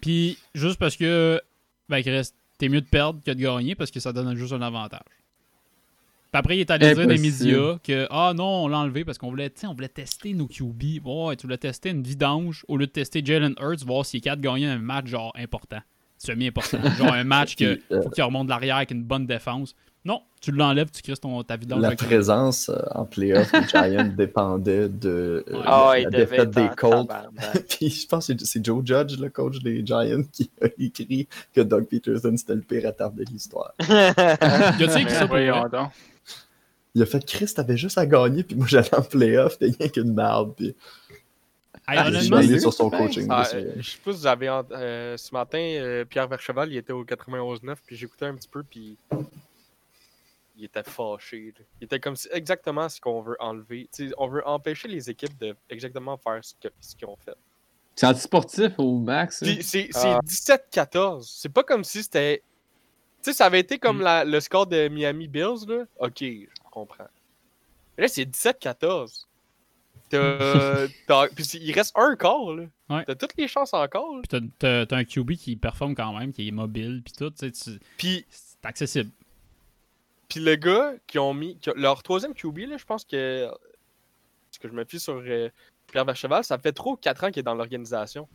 Puis juste parce que ben Chris, t'es mieux de perdre que de gagner parce que ça donne juste un avantage. Puis après, il est allé dire des
Impossible.
médias que Ah non, on l'a enlevé parce qu'on voulait, tu sais, on voulait tester nos QB. Ouais, tu voulais tester une vidange au lieu de tester Jalen Hurts, voir s'il est capable de gagner un match genre important. Semi-important. genre un match que
Puis, euh,
faut qu'il remonte de l'arrière avec une bonne défense. Non, tu l'enlèves, tu crises ton, ta vidange.
La
avec-
présence euh, en playoff des Giants dépendait de euh,
Ah,
la-
il
la
devait
défaite
être
des
en
Colts.
tabarnak.
Puis je pense que c'est- c'est Joe Judge, le coach des Giants, qui a écrit que Doug Peterson c'était le pire attard de l'histoire.
Y a-tu écrit
Mais
ça pour vrai?
voyons donc.
Il a fait Chris, t'avais juste à gagner, puis moi j'allais en playoff, t'es rien qu'une merde. Puis
Hey,
Ah,
honnêtement,
j'ai
c'est-
mis sur son coaching.
Ah,
c'est-
euh, je sais pas si vous avez. ent- euh, ce matin, euh, Pierre Vercheval, il était au 91.9, puis j'écoutais un petit peu, puis. Il était fâché. là. Il était comme si- exactement ce qu'on veut enlever. Tu sais, on veut empêcher les équipes de exactement faire ce que- ce qu'ils ont fait.
C'est antisportif au max. hein.
Puis c'est c'est
Ah.
17-14. C'est pas comme si c'était. Tu sais, ça avait été comme la- le score de Miami Bills, là. Ok, je comprends. Mais là, c'est 17-14. T'as- t'as- Puis c'est- il reste un quart, là.
Ouais.
T'as toutes les chances encore, là.
Puis t'as- t'as t'as un QB qui performe quand même, qui est mobile, puis tout, tu sais, tu-
Puis,
c'est accessible.
puis le gars qui ont mis. qui a- leur troisième QB, là, je pense que. Parce que je me fie sur euh, Pierre Vercheval, ça fait trop 4 ans qu'il est dans l'organisation.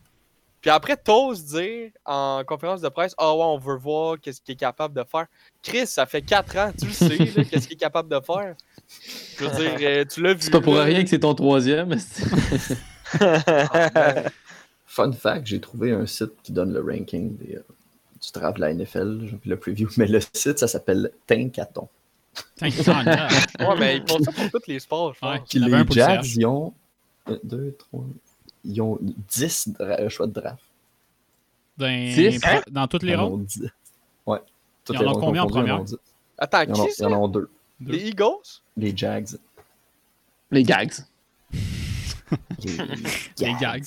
Puis après, t'oses dire en conférence de presse, ah ouais, on veut voir qu'est-ce qu'il est capable de faire. Chris, ça fait 4 ans, tu le sais, là, qu'est-ce qu'il est capable de faire. Je veux dire, euh, tu l'as vu.
C'est pas pour
là.
rien que c'est ton troisième.
Fun fact, j'ai trouvé un site qui donne le ranking des, euh, du draft de la NFL, genre, puis le preview, mais le site, ça s'appelle Tinkaton.
Tiens, il s'en vient.
Ouais, mais ils font ça pour tous les sports, je pense.
Ouais. Il
Puis
y en avait un
les
pour le
Jags,
CH.
ils ont 2, 3, ils ont 10 dra- euh, choix de draft.
Dans,
Six?
pro- dans toutes les
Ils en
rondes.
ont 10. Ouais. Toutes
Ils
les
en ont
rondes
combien en
confondues, ils
première?
ont 10.
Attends,
Ils en ont-
qui
ils
ça
en ont deux.
Les Eagles
Les Jags.
Les gags.
Les,
Les gags.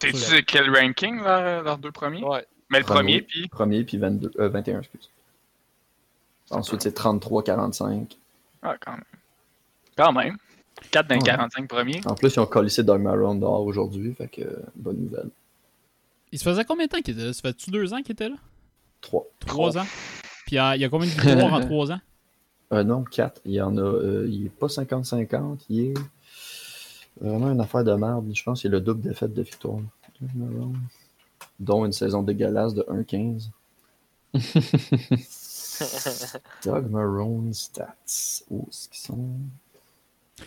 T'es-tu de quel ranking, leurs leurs deux premiers?
Ouais.
Mais le
Premier.
premier, puis
Premier, puis 22, euh, 21, excuse. Ensuite, c'est 33, 45.
Ah, quand même. Quand même. 4 dans les
Ouais.
45 premiers.
En plus, ils ont collé ces Doug Marron dehors aujourd'hui, fait que euh, bonne nouvelle.
Il se faisait combien de temps qu'il était là? Ça fait-tu deux ans qu'il était là?
3.
Trois ans? Puis euh, il y a combien de victoires en trois ans?
Euh, non, 4. Il y en a. euh, il est pas 50-50. Il est euh, vraiment une affaire de merde. Je pense que c'est le double défaite de victoire. Dont une saison dégueulasse de 1-15. Doug Marone stats. Où est-ce qu'ils sont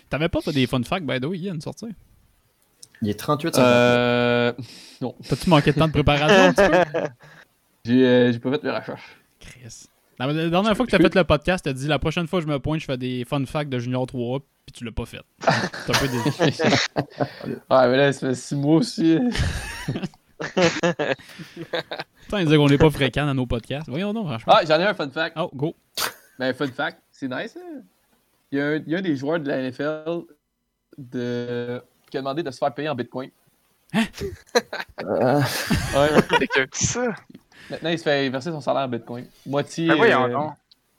T'avais pas fait des fun facts, by the way, Ian, sortir?
Il est 38
Euh,
T'as-tu manqué de temps de préparation un petit peu?
j'ai euh, j'ai pas fait mes recherches.
Chris. La, la dernière fois que t'as fait le podcast, t'as dit la prochaine fois que je me pointe, je fais des fun facts de Junior 3 puis tu l'as pas fait. T'as un peu déçu.
ouais, Ah, mais là, ça fait six mois aussi.
Putain, il disait qu'on n'est pas fréquent dans nos podcasts. Voyons donc, franchement.
Ah, j'en ai un fun fact.
Oh, go.
Ben, fun fact, c'est nice. hein. Il y, a un, il y a un des joueurs de la NFL de... qui a demandé de se faire payer en bitcoin.
Euh,
Ouais,
T'es que petit, ça.
maintenant, il se fait verser son salaire en bitcoin. Moitié.
Mais Ah, voyons
euh,
donc.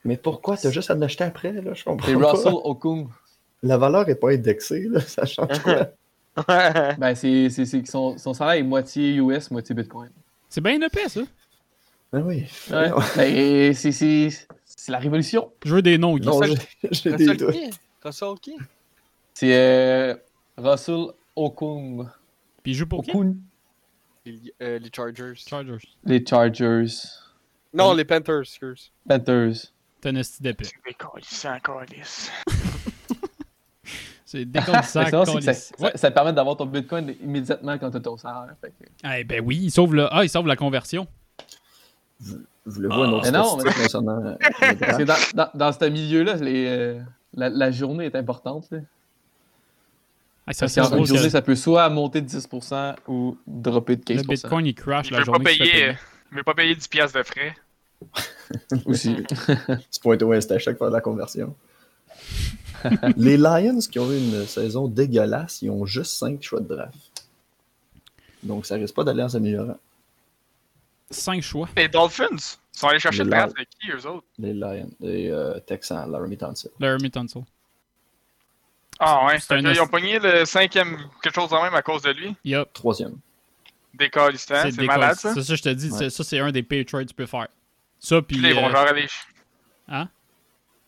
mais pourquoi T'as juste à l'acheter après, là Je comprends
c'est
pas.
Russell Okung.
La valeur est pas indexée, là. Ça change quoi
Hein?
Ben, c'est c'est- c'est que son, son salaire est moitié US, moitié bitcoin.
C'est bien épais, ça.
Ah oui.
Ouais. Ben, c'est- c'est c'est la révolution.
Je veux des noms, Guy.
Non,
ça-
j'ai- j'ai des
Russell
doutes.
qui Russell qui
C'est euh, Russell Okung.
Puis il joue pour qui?
Okung.
les, euh, les Chargers.
Chargers.
Les Chargers.
Non, les Panthers, excuse.
Panthers.
T'as un esti d'épais.
Mais calisse, encore lisse.
C'est décondition.
Mais sinon, c'est que ça, ça- ça te permet d'avoir ton bitcoin immédiatement quand tu as ton salaire. Fait que-
Eh ben oui, il sauve, le... ah, il sauve la conversion.
Je
Ah,
voulais voir une autre
Mais non,
statistique concernant euh, les
Parce que
drafts.
dans, dans, dans ce milieu-là, les, euh, la, la journée est importante. là.
Ah, ça,
Parce
c'est
qu'en
drôle
une
que
journée, ça peut soit monter de 10% ou dropper de
le
15%.
Bitcoin, il crash
Je
Ah, la
veux pas
journée. qu'il se fait
payer.
payer.
euh, Je veux pas payer 10 piastres de frais.
aussi.
Tu pointes ouest à chaque fois de la conversion. les Lions qui ont eu une saison dégueulasse, ils ont juste 5 choix de draft. Donc ça risque pas d'aller en s'améliorant.
Cinq choix.
Les Dolphins ils sont allés chercher
Mais
le
là-
draft de qui, eux autres?
Les Lions, les euh, Texans, Laramie Tunsil.
Le Hermit Tunsil.
Ah ouais,
C'est un
fait que ils ont
esti-
pogné le cinquième, quelque chose en même à cause de lui.
Yup.
Troisième.
Des calissants, Hein, c'est malade ça.
C'est ça, je te dis.
Ouais.
c'est- Ça, c'est un des pay trades que tu peux faire. Ça, puis.
Puis là, ils vont
euh,
genre aller.
Hein?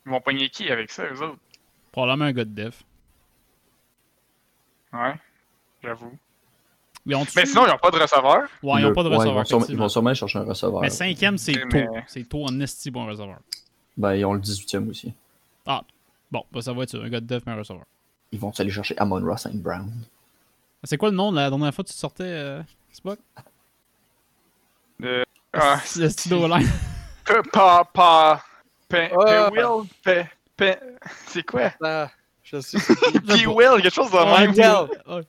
Ils vont pogner qui avec ça, eux autres?
Probablement un gars de dev.
Ouais, j'avoue.
Ils ont-tu-
Mais sinon, ils n'ont pas de receveur.
ouais, Ah, ils n'ont
Le-
pas de
ouais,
receveur.
ils, vont sûrement, ils
effectivement.
vont sûrement chercher un receveur.
Mais cinquième, c'est
Mais-
tôt. C'est tôt en esti pour un receveur.
Ben, ils ont le 18e aussi.
Bon, bah, ça va être ça, un gars de dev, mais un receveur.
Ils vont aller chercher Amon Ross and Brown.
C'est quoi le nom de la dernière fois que tu sortais, euh, Spock?
De... Ah,
Le studio line.
Pe- pa, pa, pe,
Ah.
pe Will, pe, pe, c'est quoi?
Ah, je sais.
P Will, quelque chose de
Ouais,
même.
Will.
ouais.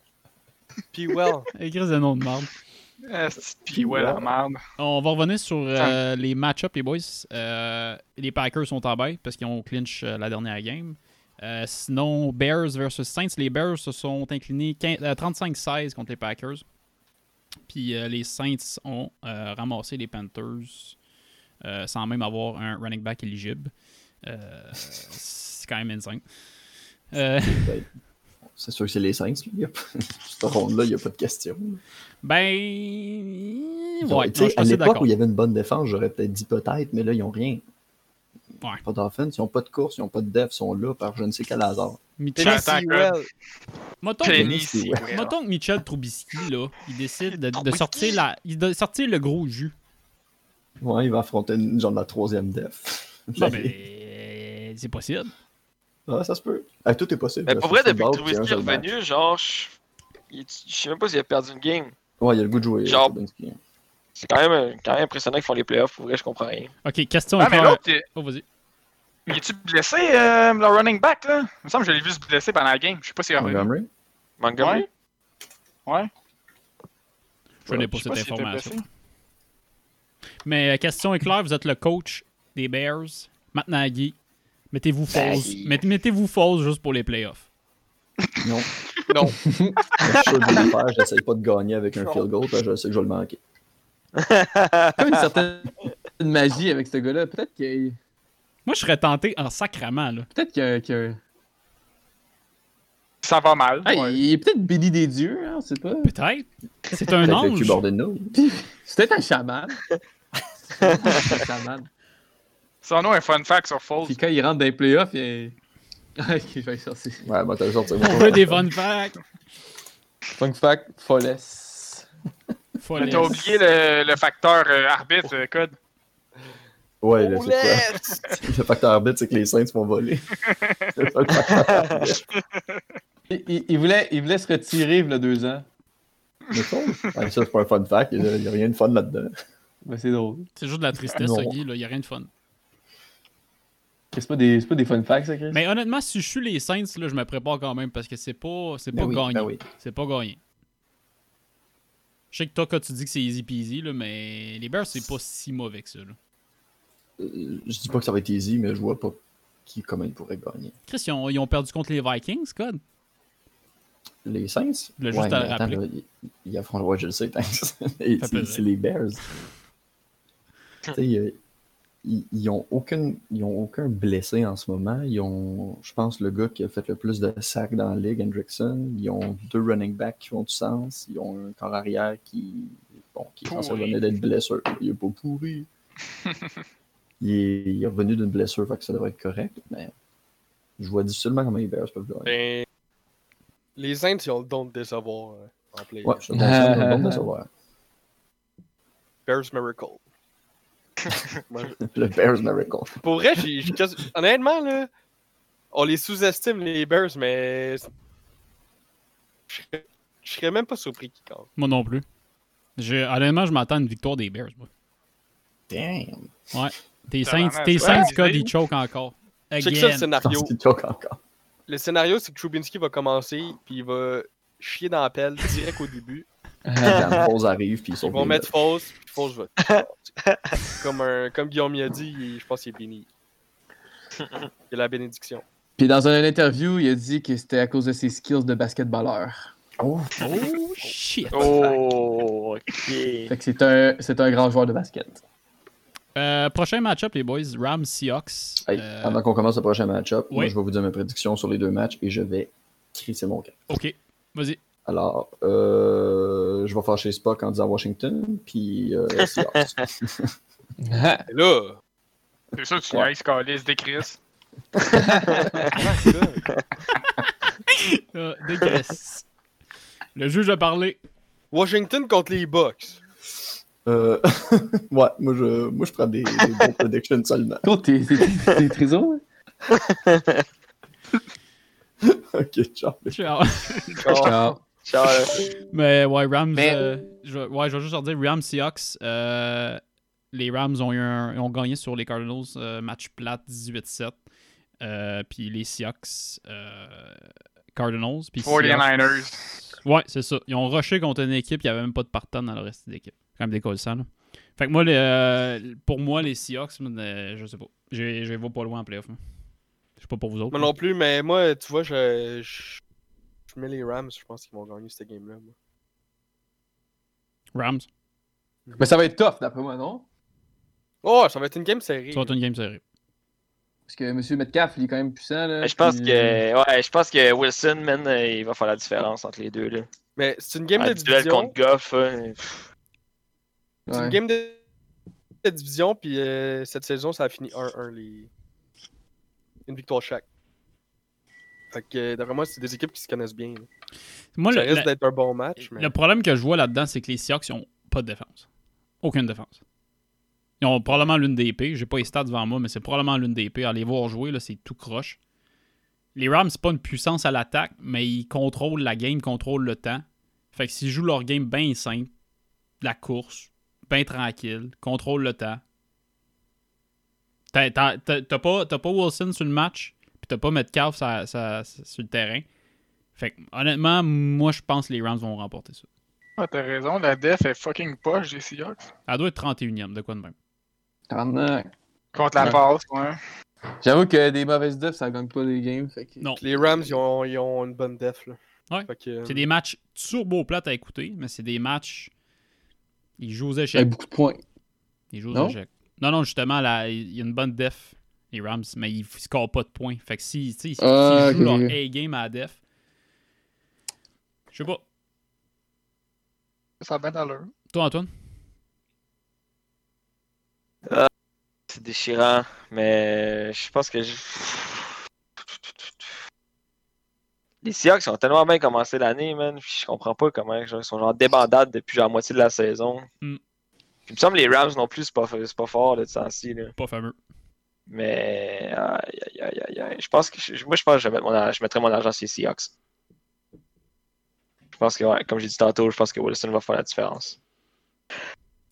P-Well.
Écris le nom de merde.
Ah, c'est P Will, la merde.
On va revenir sur euh, les match-ups, les boys. Euh, les Packers sont en bail parce qu'ils ont clinch euh, la dernière game. Euh, sinon, Bears versus Saints. Les Bears se sont inclinés 15 euh, 35-16 contre les Packers. Puis euh, les Saints ont euh, ramassé les Panthers euh, sans même avoir un running back éligible. Euh, c'est quand même insane. Euh,
C'est sûr que c'est les Saints. là. Il y a pas- Cette ronde-là, il n'y a pas de question.
ben. Ouais, non,
Tu sais,
je suis
à
assez
l'époque
d'accord.
où il y avait une bonne défense, j'aurais peut-être dit peut-être, mais là, ils n'ont rien.
Ouais.
Pas d'offense, ils n'ont pas de course, ils n'ont pas de def, ils sont là par je ne sais quel hasard.
Mitchell-
J'attends
Tennessee
que-
Well.
Mettons-
Penny
c'est-
C. Will.
Mettons que Michel Trubisky, là, il décide de, de sortir la, il de sortir le gros jus.
Ouais, il va affronter une genre de la troisième def.
Non, mais Ben, c'est possible.
Ah, ça se peut. Ah, tout est possible.
Mais
Là,
pour
c'est
vrai, depuis que
une base, c'est un
Trubisky est
seul match.
revenu, genre, je il- je sais même pas s'il a perdu une game.
Ouais, il a le goût de jouer.
Genre-
Trubisky. hein.
C'est quand même, quand même impressionnant qu'ils font les playoffs. Pour vrai, je comprends rien.
Ok, question
Ah, mais
encore.
l'autre, il
Oh, vas-y.
il est-tu blessé, euh, le running back, là? Il me semble que je l'ai vu se blesser pendant la game. Je sais pas s'il est revenu.
Montgomery?
Montgomery?
Ouais. Ouais.
Je connais pas
Je sais
cette
pas s'il était
information.
blessé.
Mais euh, question est claire, vous êtes le coach des Bears, Matt Nagy. Mettez-vous
Ben,
fausse.
Nagy.
Met- Mettez-vous fausse juste pour les playoffs.
Non.
Non.
je suis sûr de le faire, j'essaye pas de gagner avec un field goal, parce que je sais que je vais le manquer.
Comme une certaine magie avec ce gars-là. Peut-être qu'il
Moi, je serais tenté en sacrament, là.
peut-être qu'il y a- qu'il y a-
Ça va mal.
Ah,
ouais.
Il est peut-être béni des dieux, hein, on sait pas.
Peut-être. C'est un
Peut-être le
ange.
cul bordé de nous.
C'est peut-être un chaman. C'est peut-être un chaman.
Son nom est fun fact sur Foles.
Puis quand il rentre dans les playoffs, il. Ah, ok, je vais sortir.
Ouais, bah t'as le sorti.
On veut des fun facts.
Fun fact, Folles.
Faut
Mais
les-
T'as oublié le, le facteur euh, arbitre, euh, Code.
Ouais, là, c'est quoi? Le facteur arbitre, c'est que les Saints vont voler. C'est ça le facteur arbitre.
Il, il- il voulait, il voulait se retirer il y a deux ans.
Mais ça, ouais, ça, c'est pas un fun fact. Il n'y a rien de fun là-dedans.
Ben, c'est drôle.
C'est juste de la tristesse,
Non.
ça, Guy, là. Y a rien de fun.
C'est pas, des, c'est pas des fun facts, ça, Chris?
Mais honnêtement, si je suis les Saints, là, je me prépare quand même parce que c'est pas, c'est
Ben
pas
oui,
gagné.
ben oui.
C'est pas gagné. Je sais que toi, quand tu dis que c'est easy peasy, là, mais les Bears, c'est pas si mauvais que ça. Là.
Euh, Je dis pas que ça va être easy, mais je vois pas qui, comment ils pourraient gagner.
Chris, ils ont, ils ont perdu contre les Vikings, Code.
Les Saints?
Je voulais juste te le
mais attends,
rappeler.
là, ils- Ils affrontent, ouais, je le sais, thanks. Et
Fait
c'est
plaisir.
c'est les Bears. tu sais, euh, ils, ils ont aucune, ils ont aucun blessé en ce moment. Ils ont, je pense, le gars qui a fait le plus de sacs dans la ligue, Hendrickson. Ils ont deux running backs qui font du sens. Ils ont un corps arrière qui, bon, qui est censé
Pourri.
revenir d'être blessure. Il est pas pourri. il, est, il est revenu d'une blessure, fait que ça devrait être correct, mais je vois difficilement comment les Bears peuvent gagner.
Ben, les Saints, ils ont le don de décevoir euh, en play.
Ouais, je te confirme, ils ont le bon de savoir.
Bears Miracle.
Le Bears Miracle.
Pour vrai, j'ai- j'ai quasi- honnêtement, là, on les sous-estime, les Bears, mais. Je serais- je serais même pas surpris qu'ils gagnent.
Moi non plus. Je, honnêtement, je m'attends à une victoire des Bears. moi.
Damn!
Tes
Tabarnak,
Saints, tes
ouais,
Saints,
c'est
Code,
vrai.
ils choke encore.
Check ça le
Again.
Je pense
scénario.
qu'il choque encore.
Le scénario, c'est que Trubinsky va commencer, puis il va chier dans la pelle direct au début.
Jan Foles arrive, puis ils
Ils
sont
vont
bien
mettre fausse, puis fausse va. comme, un, comme Guillaume m'y a dit, il- je pense qu'il est béni. Il a la bénédiction.
Puis dans une interview, il a dit que c'était à cause de ses skills de basketballeur.
là. Oh,
Oh shit.
Oh, ok.
Fait que c'est un, c'est un grand joueur de basket.
Euh, prochain match-up, les boys. Rams, Seahawks.
hey,
Euh,
Avant qu'on commence le prochain match-up, moi,
ouais.
je vais vous dire mes prédictions sur les deux matchs et je vais crisser mon camp.
ok. Vas-y.
Alors, euh, je vais fâcher Spock en disant Washington, puis euh, Seahawks.
Et là,
C'est sûr que tu
Ouais.
ailles, Scalis, décris.
Ah, dégueulasse. Le juge a parlé.
Washington contre les Bucks.
Euh, ouais, moi je, moi je prends des, des bons predictions seulement.
Toi, t'es t'es- t'es trésor? hein?
ok, ciao.
Ciao.
Ah,
Ciao, là.
Mais ouais, Rams.
Mais-
euh, je, vais- ouais, je vais juste leur dire Rams Seahawks. euh, les Rams ont, eu un- ont gagné sur les Cardinals euh, match plate 18-7. Euh, puis les Seahawks. euh, Cardinals. Puis
49ers.
Seahawks- Ouais, c'est ça. Ils ont rushé contre une équipe. Il n'y avait même pas de partant dans le reste de l'équipe. Comme des colsans, là. Fait que moi, les, euh, pour moi, les Seahawks, euh, je sais pas. Je je les vois pas loin en playoff. moi. Je sais pas pour vous autres.
Moi non plus, mais moi, tu vois, je, je, je mets les Rams, je pense qu'ils vont gagner cette game-là. moi.
Rams.
Mais ça va être tough, d'après moi, non?
Oh, ça va être une game serrée.
Ça va être une game série.
Parce que M. Metcalf, il est quand même puissant. Là,
Mais Je pense
puis- euh,
que ouais, je pense que Wilson, man, euh, il va faire la différence entre les deux. Là.
Mais c'est une game
Un
de
Ah, duel
division.
contre Goff. hein, pff,
C'est
Ouais.
une game de, de division, puis euh, cette saison, ça a fini 1-1. Les... Une victoire chaque. Fait que, euh, d'après moi, c'est des équipes qui se connaissent bien. là.
Moi,
ça
le-
risque
la-
d'être un bon match, mais
Le problème que je vois là-dedans, c'est que les Seahawks, ils ont pas de défense. Aucune défense. Ils ont probablement l'une des pires. J'ai pas les stats devant moi, mais c'est probablement l'une des pires. Allez voir jouer, là, c'est tout croche. Les Rams, c'est pas une puissance à l'attaque, mais ils contrôlent la game, contrôlent le temps. Fait que s'ils jouent leur game bien simple, la course, bien tranquille, contrôlent le temps. T'as t'as- t'as- t'as pas, t'as pas Wilson sur le match, puis t'as pas Metcalf sa- sa- sur le terrain. Fait que, honnêtement, moi, je pense que les Rams vont remporter ça.
Ah, t'as raison, la def est fucking poche des Seahawks.
Elle doit être 31e, de quoi de même.
Tabarnak.
Contre la
Ouais.
passe, ouais.
J'avoue que des mauvaises defs, ça gagne pas des games. Fait que...
Non.
les Rams, ils ont, ils ont une bonne def. Là.
Ouais.
Fait que, euh,
C'est des matchs turbo plates à écouter, mais c'est des matchs. Ils jouent aux échecs.
Avec beaucoup de points.
Ils jouent aux
Non?
échecs. Non, non, justement, là, il y a une bonne def, les Rams, mais ils ne scorent pas de points. Fait que si, tu sais, s'ils
Ah,
jouent
ok.
leur A-game à la def, je sais pas.
Ça a bien d'allure.
Toi, Antoine
C'est déchirant, mais je pense que je- les Seahawks ont tellement bien commencé l'année, man. Puis je comprends pas comment genre, ils sont genre débandades depuis genre la moitié de la saison.
Mm.
Puis, il me semble que les Rams non plus, c'est pas, c'est pas fort là, de ce temps-ci. là.
Pas fameux.
Mais aïe, aïe, aïe, aïe, aïe. je pense que je- moi je pense que je, vais mettre mon ar- je mettrais mon argent sur les Seahawks. Je pense que ouais, comme j'ai dit tantôt, je pense que Wilson va faire la différence.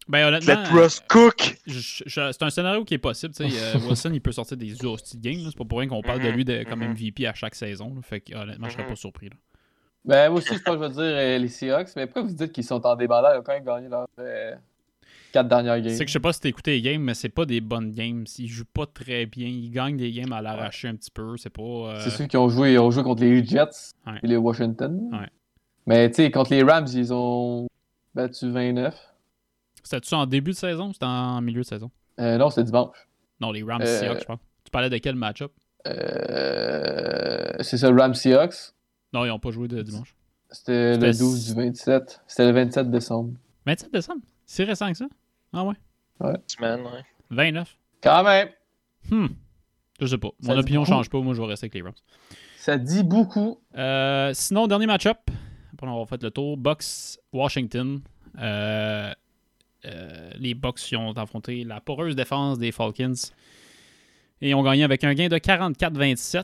Ben, honnêtement,
cook!
je- je- c'est un scénario qui est possible. tu sais, euh, Wilson, il peut sortir des hosties de game. là. C'est pas pour rien qu'on parle de lui de, comme
Mhm.
MVP à chaque saison. là. Fait que, honnêtement, je serais pas surpris. là.
Ben, moi aussi, je pense que je vais dire euh, les Seahawks. Mais pourquoi vous dites qu'ils sont en débandade? Ils ont quand même gagné leurs euh, quatre dernières games.
C'est que je sais pas si t'as écouté les games, mais c'est pas des bonnes games. Ils jouent pas très bien. Ils gagnent des games à l'arracher un petit peu. C'est pas. euh,
C'est ceux qui ont joué, ils ont joué contre les Jets
Ouais.
et les Washington.
Ouais.
Mais tu sais, contre les Rams, ils ont battu 29.
C'était-tu en début de saison ou c'était en milieu de saison
Euh, non, c'était dimanche.
Non, les Rams
Euh,
Seahawks, je pense. Tu parlais de quel match-up
Euh, c'est ça, Rams Seahawks.
Non, ils ont pas joué de dimanche.
C'était
C'était
le 12 du 27. C'était le 27 décembre.
27 décembre C'est récent que ça Ah ouais
Semaine, ouais.
29
Quand même,
Hmm. Je sais pas. Mon
dit
opinion
beaucoup.
change pas. Moi, je vais rester avec les Rams.
ça dit beaucoup.
Euh, sinon, dernier match-up. Après avoir fait le tour, Bucks Washington. Euh, euh, les Bucks ils ont affronté la poreuse défense des Falcons et ont gagné avec un gain de 44-27.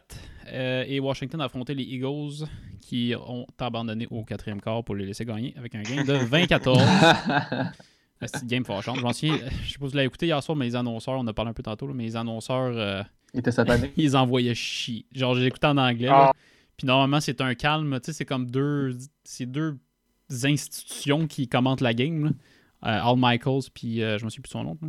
Euh, et Washington a affronté les Eagles qui ont abandonné au quatrième quart pour les laisser gagner avec un gain de 24. La petite game fâchante. Je m'en souviens, euh, je sais pas si vous l'avez écouté hier soir, mais les annonceurs, on en a parlé un peu tantôt, là, mais les annonceurs. euh,
Il était satané.
ils envoyaient chier. Genre, j'écoutais en anglais.
Ah.
là. Puis normalement, c'est un calme. Tu sais, c'est comme deux, c'est deux institutions qui commentent la game. là. Euh, Al Michaels, puis euh, je me souviens plus de son nom. là.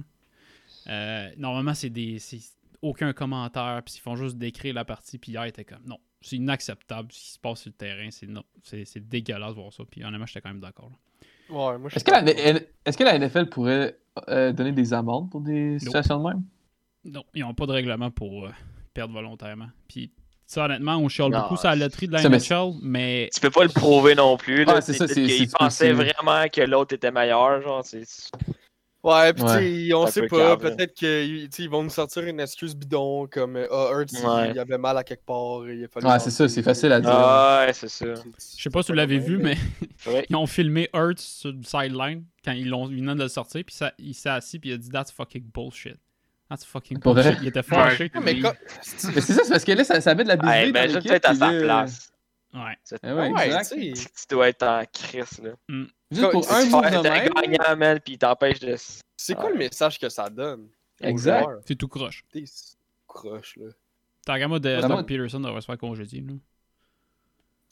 Euh, normalement, c'est des. c'est aucun commentaire, puis ils font juste décrire la partie, puis hier, il était comme non, c'est inacceptable ce qui se passe sur le terrain, c'est non, c'est c'est dégueulasse de voir ça, puis honnêtement, j'étais quand même d'accord. là.
ouais, moi, je
Est-ce que, la, est-ce que la NFL pourrait euh, donner des amendes pour des situations de même?
Non, ils n'ont pas de règlement pour euh, perdre volontairement. Puis, ça, honnêtement, on chiale
Non,
beaucoup sur la loterie de la
ça, mais-
NHL, mais
Tu peux pas le prouver non plus. Là,
Ouais, c'est ça,
peut-être
c'est-
qu'il
c'est-
pensait
c'est-
vraiment que l'autre était meilleur, genre. C'est...
Ouais, pis
Ouais.
t'sais, on
Un
sait
peu
pas,
cave, là.
peut-être qu'ils vont nous sortir une excuse bidon comme euh, Ah, Hurts, il-
Ouais.
il avait mal à quelque part. et il a fallu
Ouais, c'est ça, c'est facile à dire.
Ah, ouais, c'est ça.
Je sais pas si vous l'avez vu, mais
Ouais.
ils ont filmé Hurts sur le sideline quand ils l'ont ils venaient de le sortir, puis ça, il s'est assis, puis il a dit That's fucking bullshit. That's fucking
Pour vrai?
bullshit. Il était fâché.
Ouais, mais
puis-
quand-
Mais c'est ça, c'est parce que là, ça, ça met de la
Ah,
bisbille. dans
imagine
l'équipe,
tu être à
puis
sa
là-
place.
Ouais.
C'est-
Eh
Ouais,
ouais, exact.
t'sais,
Tu tu dois être en crise, là.
Juste pour un move de
T'es
même.
gagnant, man, pis il t'empêche de.
c'est quoi le message que ça donne?
Exact.
Aux joueurs?
C'est tout croche.
T'es croche, là.
T'as regardé moi, de
Vraiment-
Doug Peterson devrait se faire congédier. là.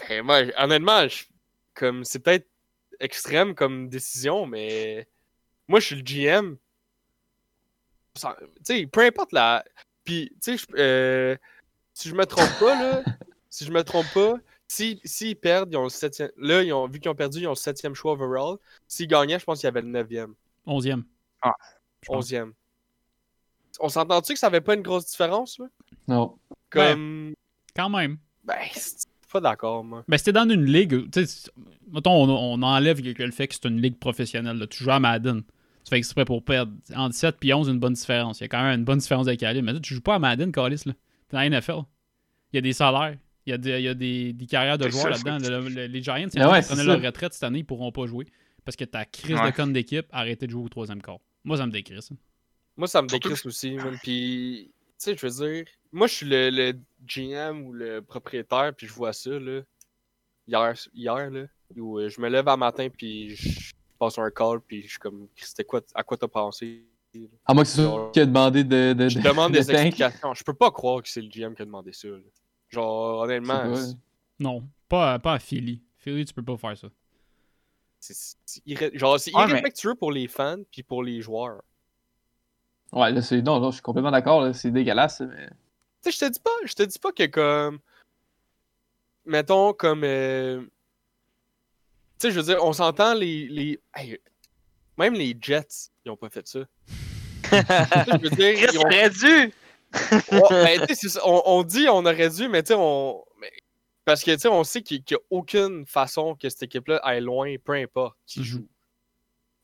Ben, moi, honnêtement, je- comme c'est peut-être extrême comme décision, mais moi, je suis le GM. Ça- Tu sais, peu importe la. Puis, tu sais, je- euh, si je me trompe pas, là, si je me trompe pas, si, s'ils perdent, ils ont le septième. Là, ils ont, vu qu'ils ont perdu, ils ont le septième choix overall. S'ils gagnaient, je pense qu'il y avait le neuvième,
Onzième.
Ah.
Je pense.
onzième. On s'entend-tu que ça avait pas une grosse différence, là?
Non.
Comme.
Quand même.
Ben, c'est- pas d'accord, moi.
Ben, c'était dans une ligue. tu sais, c'est- Mettons, on, on enlève le le fait que c'est une ligue professionnelle. là. Tu joues à Madden. Tu fais exprès pour perdre. Entre 7 et 11, une bonne différence. Il y a quand même une bonne différence de calibre. Mais là, tu joues pas à Madden, Calis. là. T'es dans la NFL. Il y a des salaires. Il y a des, il y a des, des carrières de
C'est
joueurs
ça,
là-dedans. Le- le- les Giants, si
Ah ouais,
ils
c'est
prenaient
ça.
leur retraite cette année, ils pourront pas jouer. Parce que ta crise de
Ouais.
conne d'équipe, arrêtez de jouer au troisième quart. Moi, ça me décrit ça.
Moi, ça me
Surtout
décrisse aussi. man. Puis, tu sais, je veux dire, moi, je suis le, le GM ou le propriétaire, puis je vois ça, là, hier, hier là, où euh, je me lève un matin, puis je passe un call, puis je suis comme, c'était quoi, à quoi t'as pensé?
À moins que ce soit qui a demandé de. de,
Je
de-
demande
de
des
tank.
explications. Je peux pas croire que c'est le GM qui a demandé ça, là. Genre, honnêtement,
C'est
Non, pas, à- pas à Philly. Philly, tu peux pas faire ça.
c'est c'est irré- genre, c'est
Ouais, mais-
irrespectueux pour les fans, puis pour les joueurs.
pas- Ouais, là, c'est. Non, non, je suis complètement d'accord, là, c'est dégueulasse, mais.
Tu sais, je te dis pas, je te dis pas que comme. Mettons comme. euh, Tu sais, je veux dire, on s'entend les. les... hey, même les Jets, ils ont pas fait ça. Tu sais, je veux dire,
Chris
ils ont-
aurait dû!
Ouais, ben, tu sais, c'est ça, on, on dit on aurait dû, mais tu sais, on. mais- Parce que tu sais, on sait qu'il n'y a aucune façon que cette équipe-là aille loin, peu importe qui
Mhm.
joue.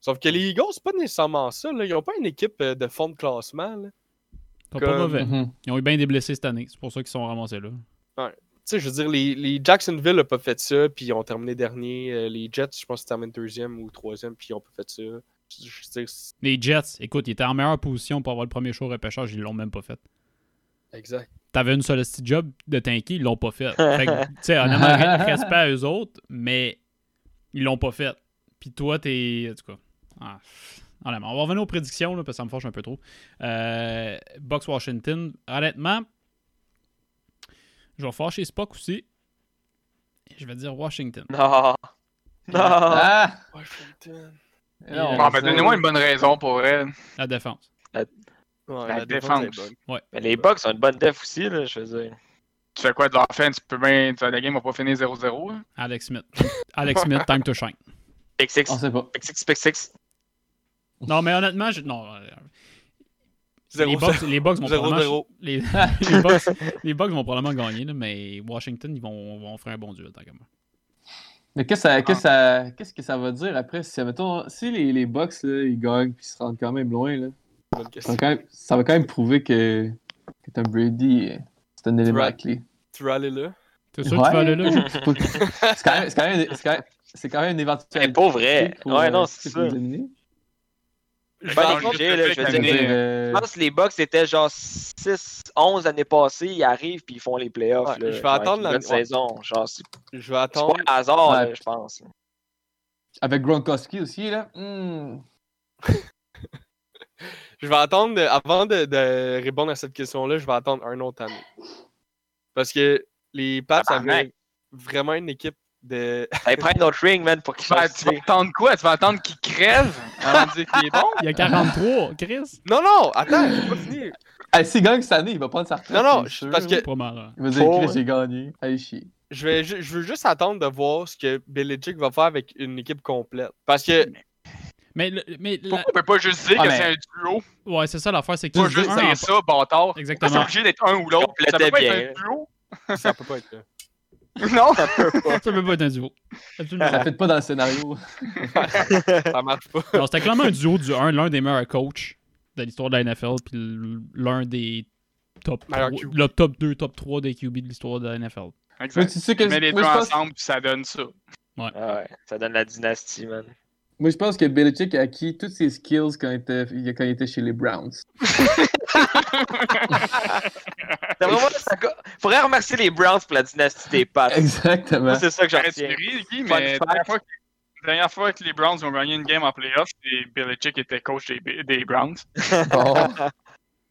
Sauf que les Eagles, c'est pas nécessairement ça. Là. Ils n'ont pas une équipe euh, de fond de classement. là.
Ils sont pas
Comme-
mauvais.
Mhm.
Ils ont eu bien des blessés cette année. C'est pour ça qu'ils sont ramassés là.
tu sais, je veux dire, les, les Jacksonville n'ont pas fait ça, puis ils ont terminé dernier. Euh, Les Jets, je pense qu'ils terminent deuxième ou troisième, puis ils n'ont pas fait ça. Je, je veux dire, c'est-
Les Jets, écoute, ils étaient en meilleure position pour avoir le premier show au repêchage, ils l'ont même pas fait.
exact.
T'avais une seule petite job de tanker, ils l'ont pas fait. Fait que, tu sais, honnêtement, re- respect à eux autres, mais ils l'ont pas fait. Puis toi, t'es. En tout cas. ah, honnêtement, on va revenir aux prédictions, là, parce que ça me fâche un peu trop. Euh, Box Washington, honnêtement, je vais fâcher Spock aussi. Et Je vais dire Washington.
Non! Non!
Ah!
Washington.
Non,
Ah,
Bon,
ça-
ben, donnez-moi une bonne raison pour elle.
La défense.
Ouais,
La
est
défense.
bonne.
Mais les Bucks ont une bonne def aussi, là, je veux dire.
Tu fais quoi de l'offense? Tu peux bien. tu- La game va pas finir 0-0. hein.
Alex Smith. Alex Smith, time to shine.
XX,
On sait pas.
XX, XX.
Non, mais honnêtement, je... non. euh,
Zéro,
les Bucks, les Bucks vont
zéro,
probablement
zéro.
les, les Bucks, les Bucks vont probablement gagner, là, mais Washington, ils vont, vont faire un bon duel, tant qu'à moi.
Mais qu'est-ce que ça- qu'est-ce que
Ah.
ça- qu'est-ce que ça va dire après si, mettons, si les, les Bucks là, ils gagnent puis ils se rendent quand même loin, là,
Bonne
ça,
question.
va quand même, ça va quand même prouver que, que Tom Brady, euh, c'est un élément
Right.
clé.
Tu veux aller là?
T'es sûr que tu vas aller là? Jean?
C'est pas- c'est quand même, c'est quand même, c'est quand même, c'est quand même une éventualité.
C'est pas vrai.
pour,
Ouais,
euh,
non, c'est
pour
ça.
les éliminer.
Je
Pas
Par
pense-
contre,
négligé, là, je veux
le
Je veux
dire.
dire,
euh,
euh,
Je pense que les Bucks étaient genre 6-11 l'année passée, ils arrivent puis ils font les playoffs.
Ouais,
là,
je vais
genre,
attendre
avec une
la-
bonne saison. Genre, c'est
je vais
c'est pas
attendre.
un hasard, là,
Ouais.
je pense.
avec Gronkowski aussi, là. hmm.
Je vais attendre, de- avant de, de répondre à cette question-là, je vais attendre un autre année. Parce que les Pats
Tabarnak.
avaient vraiment une équipe de.
Allez, prends notre ring, man, pour
Ben,
qu'ils
Tu vas,
fassent.
Ben, tu vas attendre quoi? Tu vas attendre qu'il crève avant de dire qu'il est bon?
Il y a 43, Chris.
Non, non, attends, j'ai pas fini.
Ah, S'il gagne cette année, il va prendre sa retraite.
Non, non,
c'est
je-
sûr.
parce que
Pas mal. hein.
Il va dire,
Faut-
Chris, j'ai gagné. Allez, chier.
Je, vais ju- je veux juste attendre de voir ce que Belichick va faire avec une équipe complète. Parce que
Mais, le- mais la-
Pourquoi on peut pas juste dire
Ah,
que
mais- Ah,
c'est un duo?
ouais, c'est ça l'affaire, c'est que
Pas
tu dis
juste
un en-
dire Ah, ça, bâtard. Pourquoi C'est
Exactement.
obligé d'être un ou l'autre. Ça peut
Complétait
pas
bien,
être un duo.
ça peut pas être là.
Non?
Ça peut pas être un duo. Absolument
Ah.
Ça fait pas dans le scénario.
Ça marche pas.
Alors, c'était clairement un duo du un, l'un des meilleurs coachs de l'histoire de la NFL, puis l'un des top,
Meilleur
trois-
QB.
le top 2, top 3 des QB de l'histoire de la NFL.
Moi,
Exact.
tu sais que
Tu mets les
moi,
deux
je pense-
ensemble, puis ça donne ça.
Ah ouais, ça donne la dynastie, man.
Moi, je pense que Belichick a acquis toutes ses skills quand il était, il- quand il était chez les Browns.
C'est vraiment ça go- Faudrait remercier les Browns pour la dynastie des pattes.
Exactement.
Moi, c'est ça que j'en
Ben, tu
retiens.
ris, Guy,
Fun
mais la
fact.
dernière, fois que, la dernière fois que les Browns ont gagné une game en playoff, c'est Belichick était coach des, des Browns.
Bon.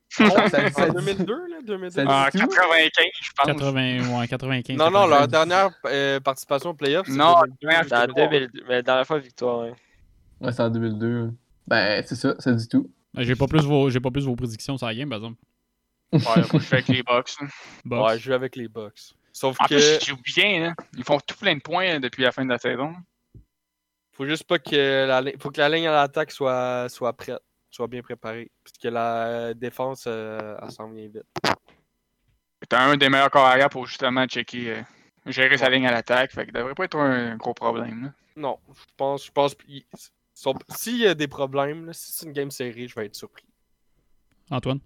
ça- Oh. ça-
en 2002, là, 2002.
ça-
En
Ah,
tout?
95, Ah, je pense.
80, ouais, 95.
Ah, Non, non, leur
95.
dernière euh, participation au playoff, c'est
Non,
2002.
la dernière-
Dans 2002, mais dans la fois victoire, hein.
Ouais, c'est en 2002. Ben, c'est ça, ça dit tout.
J'ai pas, plus vos- j'ai pas plus vos prédictions sur la game, par exemple.
Ouais, faut que je fais avec les Bucks. là.
Box.
Ouais, je joue avec les Bucks. Sauf
En plus,
que,
ils jouent bien. hein. Ils font tout plein de points hein, depuis la fin de la saison.
faut juste pas que la, li- faut que la ligne à l'attaque soit, soit prête, soit bien préparée. Parce que la défense, euh, elle s'en vient vite.
C'est un des meilleurs corps arrière pour justement checker, euh, gérer sa ligne à l'attaque. Fait que devrait pas être un gros problème. là.
Non, je pense, je pense, ils sont- s'il y a des problèmes, là, si c'est une game série, je vais être surpris.
Antoine.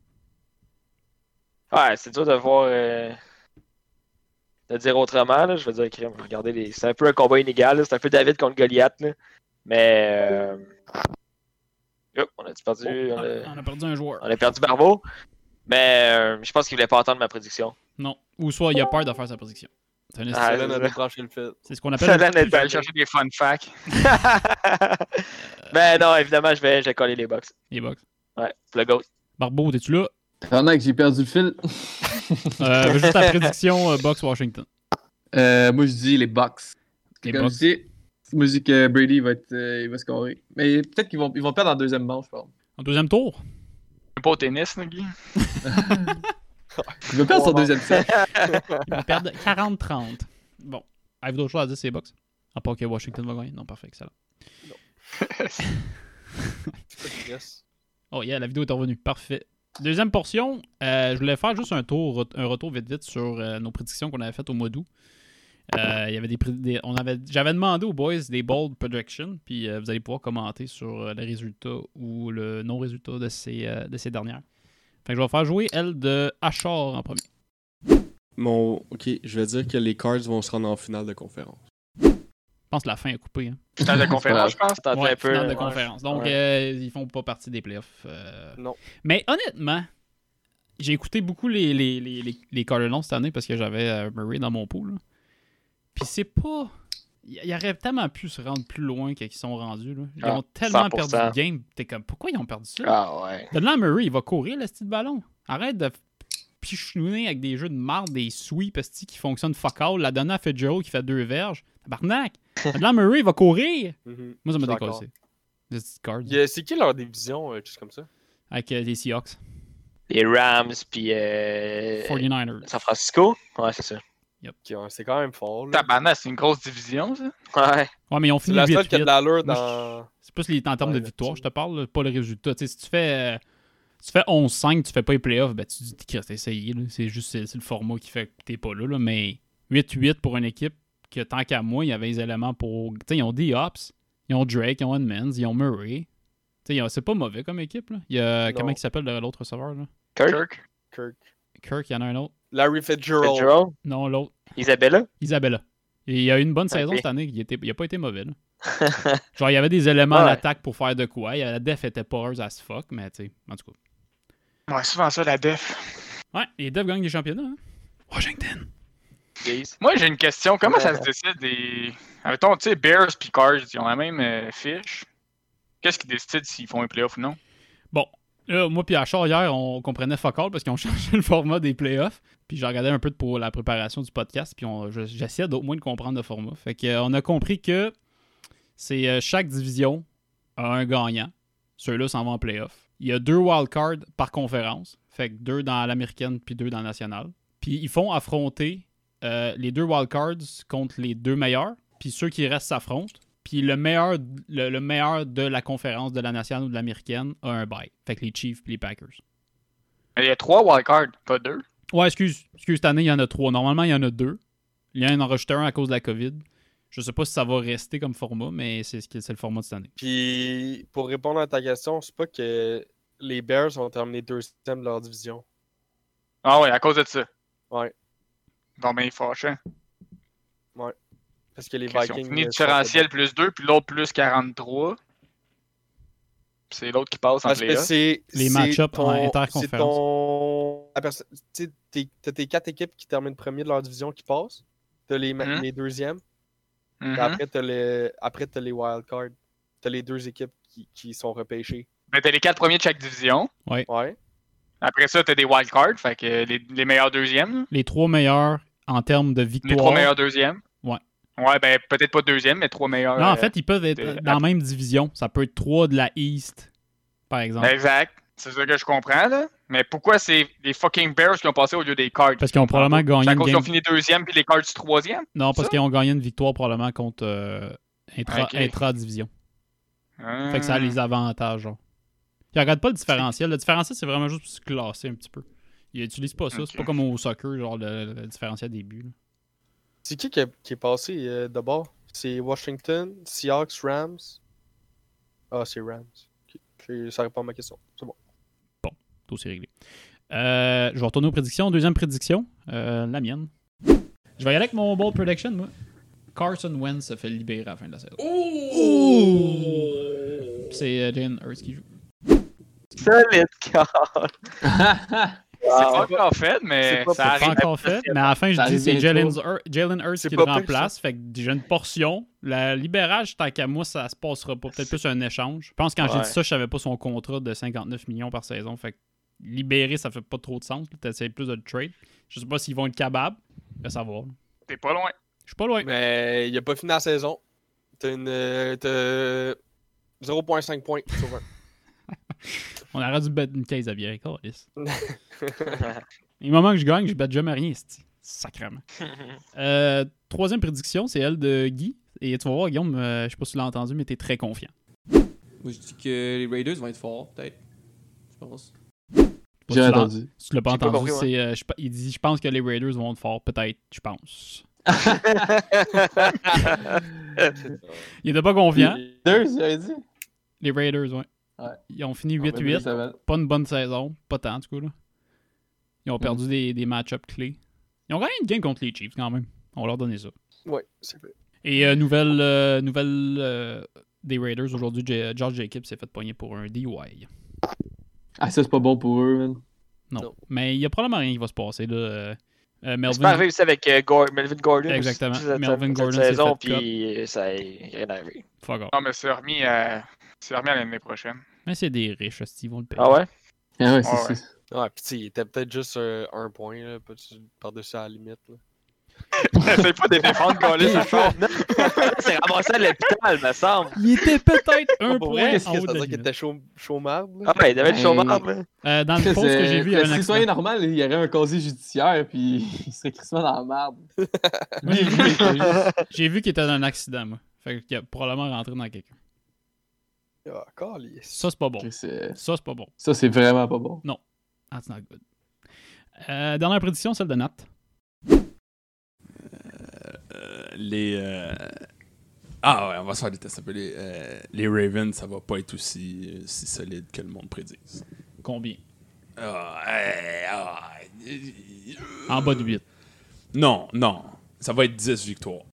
Ouais, c'est dur de voir. euh, de dire autrement, là. Je veux dire, crème, regardez, les... c'est un peu un combat inégal, là. c'est un peu David contre Goliath, là. Mais. euh, hop, on a perdu. on,
Euh,
a...
On a perdu un joueur.
on a perdu Barbeau. Mais euh, je pense qu'il voulait pas entendre ma prédiction.
Non. Ou soit il a peur de faire sa prédiction. C'est un-
Ah,
Là,
c'est
on a
ça.
débranché le fil.
C'est ce qu'on
Ça
appelle.
donne
Je vais aller
être
chercher des fun facts.
Mais Ben non, évidemment, je vais, je vais coller les box.
Les box.
Ouais, le go.
Barbeau, t'es-tu là?
Pendant que j'ai perdu le fil,
Euh, juste ta prédiction, euh, Box Washington.
euh, moi, je dis les Bucks.
Les
Comme
Bucks.
je dis, moi, je dis que Brady va, être, euh, il va scorer. Mais peut-être qu'ils vont, ils vont perdre en deuxième manche, je pense.
En deuxième tour?
C'est pas au tennis, là, Guy.
Il va perdre son deuxième set.
Ils vont perdre 40-30. Bon. Avez-vous d'autres choses à dire sur les box? À part que Washington va gagner? Non, parfait, excellent.
Yes.
Oh yeah, la vidéo est revenue. Parfait. Deuxième portion, euh, je voulais faire juste un tour, un retour vite vite sur euh, nos prédictions qu'on avait faites au mois d'août. Euh, il y avait des, pré- des- on avait, j'avais demandé aux boys des bold projections, puis euh, vous allez pouvoir commenter sur euh, les résultats ou le non résultat de ces, euh, de ces dernières. Fait que je vais faire jouer elle de Achor en premier.
Mon, ok, je vais dire que les Cards vont se rendre en finale de conférence.
Je pense que la fin est coupée. Hein.
Putain de conférence, je pense.
Attendez
Ouais,
un peu.
finale de
ouais.
conférence. Donc
Ouais.
euh, ils font pas partie des playoffs. euh.
Non.
Mais honnêtement, j'ai écouté beaucoup les, les, les, les, les Cardinals cette année parce que j'avais euh, Murray dans mon pool. là. Puis c'est pas. Il il aurait tellement pu se rendre plus loin qu'ils sont rendus. Là. Ils
Ah,
ont tellement
100%.
perdu le game. T'es comme, pourquoi ils ont perdu ça?
Ah ouais.
Donne-le à Murray, il va courir, le style de ballon. Arrête de pichouner avec des jeux de marde, des sweeps esti, qui fonctionnent fuck all. La donne à Joe qui fait deux verges. Tabarnak! Donne-le à Murray, il va courir!
Mm-hmm.
Mhm.
Moi, ça m'a
Je suis d'accord.
décollé. Les petites cards. hein.
Il y a- C'est qui leur division, euh, juste comme ça?
Avec euh, les Seahawks.
Les Rams, puis. euh,
49ers.
San Francisco. Ouais, c'est ça.
Qui, euh, C'est quand même fort. là.
Tabarnak, c'est une grosse division, ça.
Ouais.
Ouais, mais ils ont
C'est
fini
la seule
8
qui a de l'allure dans.
C'est plus les, en termes
Ouais,
de victoire, je
là-dessus.
te parle, là, pas le résultat. Tu sais, si tu fais, euh, si tu fais 11-5, tu fais pas les playoffs, ben tu dis que t'as essayé. là. C'est juste c'est, c'est le format qui fait que t'es pas là, là. Mais 8-8 pour une équipe que tant qu'à moi, il y avait les éléments pour. Tu sais, ils ont D-Ops, ils ont Drake, ils ont Edmonds, ils ont Murray. Tu sais, ils ont- c'est pas mauvais comme équipe. Là. Il y a,
Non.
comment il s'appelle le- l'autre receveur là?
Kirk,
Kirk.
Kirk.
Kirk, il y en a un autre.
Larry Fitzgerald.
Fitzgerald,
Non, l'autre.
Isabella.
Isabella. Et il a eu une bonne saison cette année. Il, était, il a pas été mauvais. là. Genre, il y avait des éléments à
Ouais.
l'attaque pour faire de quoi. Il y avait- La def était pas heureuse as fuck, mais tu sais, en tout cas.
Ouais, souvent ça, la def.
Ouais, les devs gagnent des championnats. hein. Washington.
Yes.
Moi, j'ai une question. Comment ça se décide des. Mettons, tu sais, Bears puis Cards, ils ont la même euh, fiche. Qu'est-ce qui décide s'ils font un playoff ou non?
Bon, là, moi puis Achard, hier, on comprenait fuck all parce qu'ils ont changé le format des playoffs. Puis j'ai regardé un peu pour la préparation du podcast. Puis on- je- j'essayais d'au moins de comprendre le format. Fait qu'on a compris que c'est euh, chaque division a un gagnant. Ceux-là s'en vont en playoff. Il y a deux wildcards par conférence. Fait que deux dans l'américaine puis deux dans la nationale. Puis ils font affronter euh, les deux wildcards contre les deux meilleurs. Puis ceux qui restent s'affrontent. Puis le meilleur, le, le meilleur de la conférence de la nationale ou de l'américaine a un bye. Fait que les Chiefs puis les Packers.
Il y a trois wildcards, pas deux.
Ouais, excuse. Excuse, cette année, il y en a trois. Normalement, il y en a deux. Il y en a enregistré un à cause de la COVID. Je sais pas si ça va rester comme format, mais c'est ce qui- c'est le format de cette année.
Puis, pour répondre à ta question, c'est pas que les Bears ont terminé deuxième de leur division.
Ah ouais, à cause de ça.
Ouais.
Bon, ben, il est fâchant.
Parce que les
Ils ont
Vikings.
fini
euh,
différentiel plus 2, puis l'autre plus 43. Puis C'est l'autre qui passe en
Parce que
playoff.
Ah, c'est.
Les
c'est
match-ups
ton-
en interconférence.
C'est ton. la perso- Tu sais, t'es- t'as tes quatre équipes qui terminent premier de leur division qui passent. T'as les, ma-
Mhm.
les deuxièmes.
Mhm.
puis Après, t'as les, après, t'as les wildcards. T'as les deux équipes qui, qui sont repêchées.
Ben, t'as les 4 premiers de chaque division.
Ouais.
Après ça, t'as des wildcards, fait que les, les meilleurs deuxièmes. là.
Les trois meilleurs en termes de
Les trois
victoire.
meilleurs deuxièmes.
Ouais.
Ouais, ben, peut-être pas deuxième, mais trois meilleurs.
Non, en
euh,
fait, ils peuvent être
de-
dans la même division. Ça peut être trois de la East, par exemple.
euh, Exact. C'est ça que je comprends, là. Mais pourquoi c'est les fucking Bears qui ont passé au lieu des Cards?
Parce qu'ils ont probablement gagné
C'est à
une
cause qu'ils ont
game.
fini deuxième, puis les Cards troisième?
Non, parce
ça?
qu'ils ont gagné une victoire probablement contre euh, intra,
Ok.
intra-division. Fait que
Hmm.
ça a
Hum,
les avantages, genre. Ils regardent pas le différentiel. Le différentiel, c'est vraiment juste pour se classer un petit peu. Ils utilisent pas ça. C'est
Ok.
pas comme au soccer, genre le, le différentiel des buts. là.
C'est qui qui, a- qui est passé euh, de bord C'est Washington, Seahawks, Rams. Ah, c'est Rams. Ok. C'est- Ça répond à ma question. C'est bon.
C'est aussi réglé. Euh, je vais retourner aux prédictions. Deuxième prédiction, euh, la mienne. Je vais y aller avec mon bold prediction, moi. Carson Wentz se fait libérer à la fin de la saison. C'est euh, Jalen Hurts qui joue.
Solide call. Wow.
C'est pas en fait, mais
C'est pas
ça
C'est pas
arrive.
encore fait, mais à la fin, je
Ça
dis
arrive
c'est Jalen
bientôt.
Hur- Jalen Hurts
C'est
qui le
pas pire,
remplace. Fait que j'ai une portion. Le libérage, tant qu'à moi, ça se passera pas. Peut-être plus un échange. Je pense que quand j'ai
Ouais.
dit ça, je savais pas son contrat de 59 millions par saison. Fait que libérer, ça fait pas trop de sens. Peut-être c'est plus de le trade. Je sais pas s'ils vont être capables. À savoir.
T'es pas loin.
Je suis pas loin.
Mais il a pas fini la saison. T'as une. euh, T'as 0.5 points sur 20.
On aurait dû battre une caisse à bière, câlisse. Les moments que je gagne, je batte jamais rien, c'ti. Sacrement. Euh, troisième prédiction, c'est elle de Guy. Et tu vas voir, Guillaume, euh, je sais pas si tu l'as entendu, mais t'es très confiant.
Moi, je dis que les Raiders vont être forts, peut-être. Je pense.
Je sais pas si
J'ai
tu l'as-
entendu.
Si tu l'as pas
J'ai pas
entendu,
compris,
c'est, euh, je pe- il dit Je pense que les Raiders vont être forts, peut-être, je pense. Il était pas confiant.
Deux, j'avais dit. Ah, ben,
Les Raiders, ouais.
Ouais.
Ils ont fini
On va
8-8.
dire, ça va.
pas une bonne saison. Pas tant, du coup. Là. Ils ont perdu des, des match-ups clés. Ils ont gagné une game contre les Chiefs, quand même. On va leur donner ça.
ouais, c'est vrai.
Et euh, nouvelle, euh, nouvelle euh, des Raiders aujourd'hui, J- euh, George Jacobs s'est fait pogner pour un DUI.
Ah, ça, c'est pas bon pour eux, man.
Non.
Non.
Mais il y a probablement rien qui va se passer. Là. Euh, euh,
C'est pas
Melvin,
arrivé aussi avec euh, Gor- Melvin Gordon.
Exactement.
aussi, cette-
Melvin
cette
Gordon s'est
saison,
fait cut.
puis euh, ça est rien arrivé.
fuck off.
Non, mais c'est remis à, c'est remis à l'année prochaine.
Mais c'est des riches, hostie, ils vont le payer.
Ah ouais?
Ah ouais, c'est
Ouais, ouais.
c'est-
Ouais, pis t'sais, il était peut-être juste euh, un point, là, pas- par-dessus à la limite. Là.
Essaye pas de défendre Gaulis à fond.
C'est ramassé à l'hôpital, me semble.
Il était peut-être un
Pour
point
vrai, est-ce
en
que
haut
ça
de la
veut dire qu'il
limite.
était chaud, chaud marde? là?
Ah ben, il devait être
Hey.
chômeur, là.
Euh, Dans le
C'est-
post que j'ai vu, il y a un
si
accident.
soyez normal, il y aurait un casier judiciaire, puis il serait crissement dans la merde.
Moi, j'ai vu- J'ai vu qu'il était dans un accident, moi. Fait qu'il a probablement rentré dans quelqu'un.
Ah, câlisse.
Ça, c'est pas bon.
Chris, euh,
Ça, c'est pas bon.
Ça, c'est vraiment pas bon.
That's not good. Euh, dernière prédiction, celle de Nat.
Euh, les. euh, Ah ouais, on va se faire des tests un peu. Les, euh, les Ravens, ça va pas être aussi, si solide que le monde prédise.
Combien
Ah, hey, ah,
En bas de 8.
Non, non. Ça va être 10 victoires.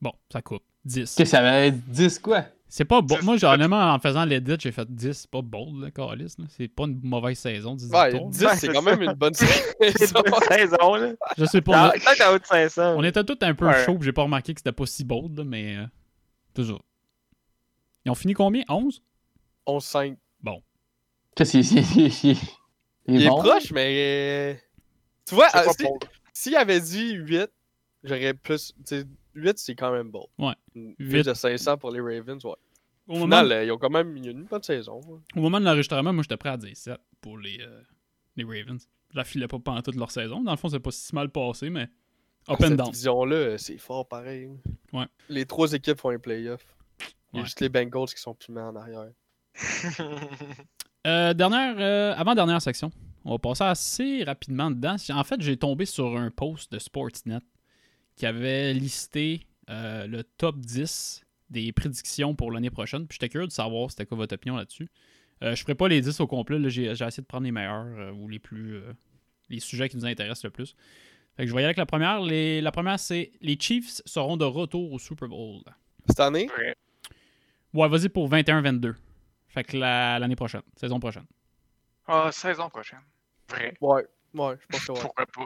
Bon, ça coupe. 10.
Qu'est-ce que ça va être 10 quoi?
C'est pas bon.
C'est-
Moi, j'ai- honnêtement, en faisant l'edit, j'ai fait 10. C'est pas bold, le calice. là. C'est pas une mauvaise saison, 10
Ouais,
victoires.
10, c'est quand même une bonne
C'est
saison.
une bonne saison, là.
Je sais pas.
Ah,
on-
Peut-être en haut de 500.
On était tous un peu
Ouais.
chauds, puis j'ai pas remarqué que c'était pas si bold, là, mais. euh, toujours. Ils ont fini combien 11
11-5.
Qu'est-ce qu'il il, il, il
Il est
bon?
proche, mais. euh, Tu vois,
Ah, C'est
euh,
pas
si-
bon.
s'il avait dit 8, j'aurais plus. t'sais, 8, c'est quand même bon.
Ouais.
Plus de 500 pour les Ravens, ouais.
Au
Au
moment,
final, euh, ils ont quand même eu une bonne saison. hein. ouais.
au moment de l'enregistrement, moi, j'étais prêt à dire 7 pour les, euh, les Ravens. Je la filais pas pendant toute leur saison. Dans le fond, c'est pas si mal passé, mais. Up and
Cette
down.
division-là, euh, c'est fort pareil. hein.
Ouais.
Les trois équipes font les playoffs. Il y a
Ouais.
juste les Bengals qui sont plus mal en arrière.
Euh, dernière, euh, avant-dernière section. On va passer assez rapidement dedans. En fait, j'ai tombé sur un post de Sportsnet qui avait listé euh, le top 10 des prédictions pour l'année prochaine. Puis j'étais curieux de savoir c'était quoi votre opinion là-dessus. Euh, je ferai pas les 10 au complet, là, j'ai, j'ai essayé de prendre les meilleurs euh, ou les plus. euh, les sujets qui nous intéressent le plus. Fait que je vais y aller avec la première. Les- la première, c'est les Chiefs seront de retour au Super Bowl.
Cette année,
Ouais, vas-y pour 21-22. Fait que la- l'année prochaine, saison prochaine.
Ah, saison prochaine. Vrai.
ouais, ouais, je pense que ouais.
Pourquoi pas?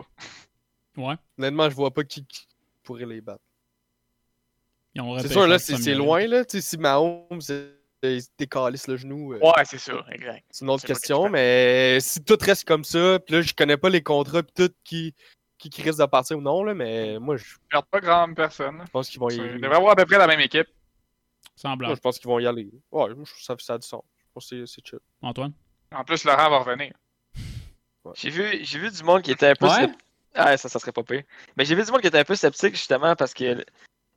Ouais.
Honnêtement, je vois pas qui, qui pourrait les battre.
ben, Ils ont
C'est
repêché
sûr, là, c'est
Samuel.
c'est loin, là. Tu sais, si Mahomes euh, il se décalisse le genou, euh,
Ouais, c'est ça, exact.
c'est une autre
c'est pas
question.
qu'est-ce
Mais si tout reste comme ça, puis là, je connais pas les contrats, puis tout qui, qui, qui risque de partir ou non, là. Mais moi, je
Ils perdent pas grand personne. là.
pense qu'ils vont y
Ils
aller.
devraient avoir à peu près la même équipe.
Moi,
Semblable.
je pense qu'ils vont y aller. Ouais, moi, je trouve ça, ça a du sens. Je pense que c'est- c'est chill.
Antoine.
En plus, Laurent va revenir.
J'ai vu, j'ai vu du monde qui était un peu
Ouais?
sceptique. Ah, ça, ça serait pas pire. Mais j'ai vu du monde qui était un peu sceptique, justement, parce que.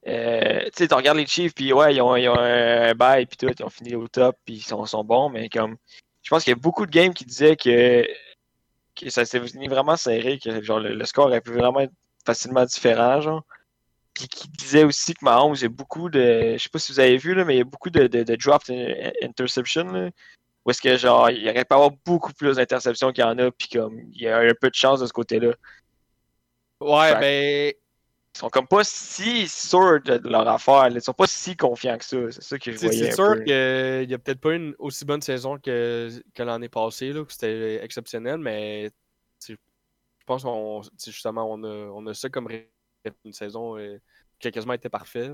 euh, tu sais, tu regardes les Chiefs, puis ouais, ils ont, ils ont un bail, puis tout, ils ont fini au top, puis ils sont, sont bons, mais comme. Je pense qu'il y a beaucoup de games qui disaient que. que ça s'est fini vraiment serré, que genre, le, le score aurait pu vraiment être facilement différent, genre. Puis qui disait aussi que Mahomes, il y a beaucoup de. Je sais pas si vous avez vu, là, mais il y a beaucoup de, de, de dropped in- interception, là. Où est-ce que, genre, il aurait pas avoir beaucoup plus d'interceptions qu'il y en a, puis comme, il y a un peu de chance de ce côté-là.
Ouais, ben,
Fact.
mais
Ils sont comme pas si sûrs de, de leur affaire, là. ils sont pas si confiants que ça, c'est ça que je
Tu sais,
voyais.
C'est
un
sûr
peu.
qu'il n'y a peut-être pas une aussi bonne saison que, que l'année passée, là, que c'était exceptionnel, mais tu sais, je pense qu'on tu sais, justement on a, on a ça comme ré- une saison euh, qui a quasiment été parfaite.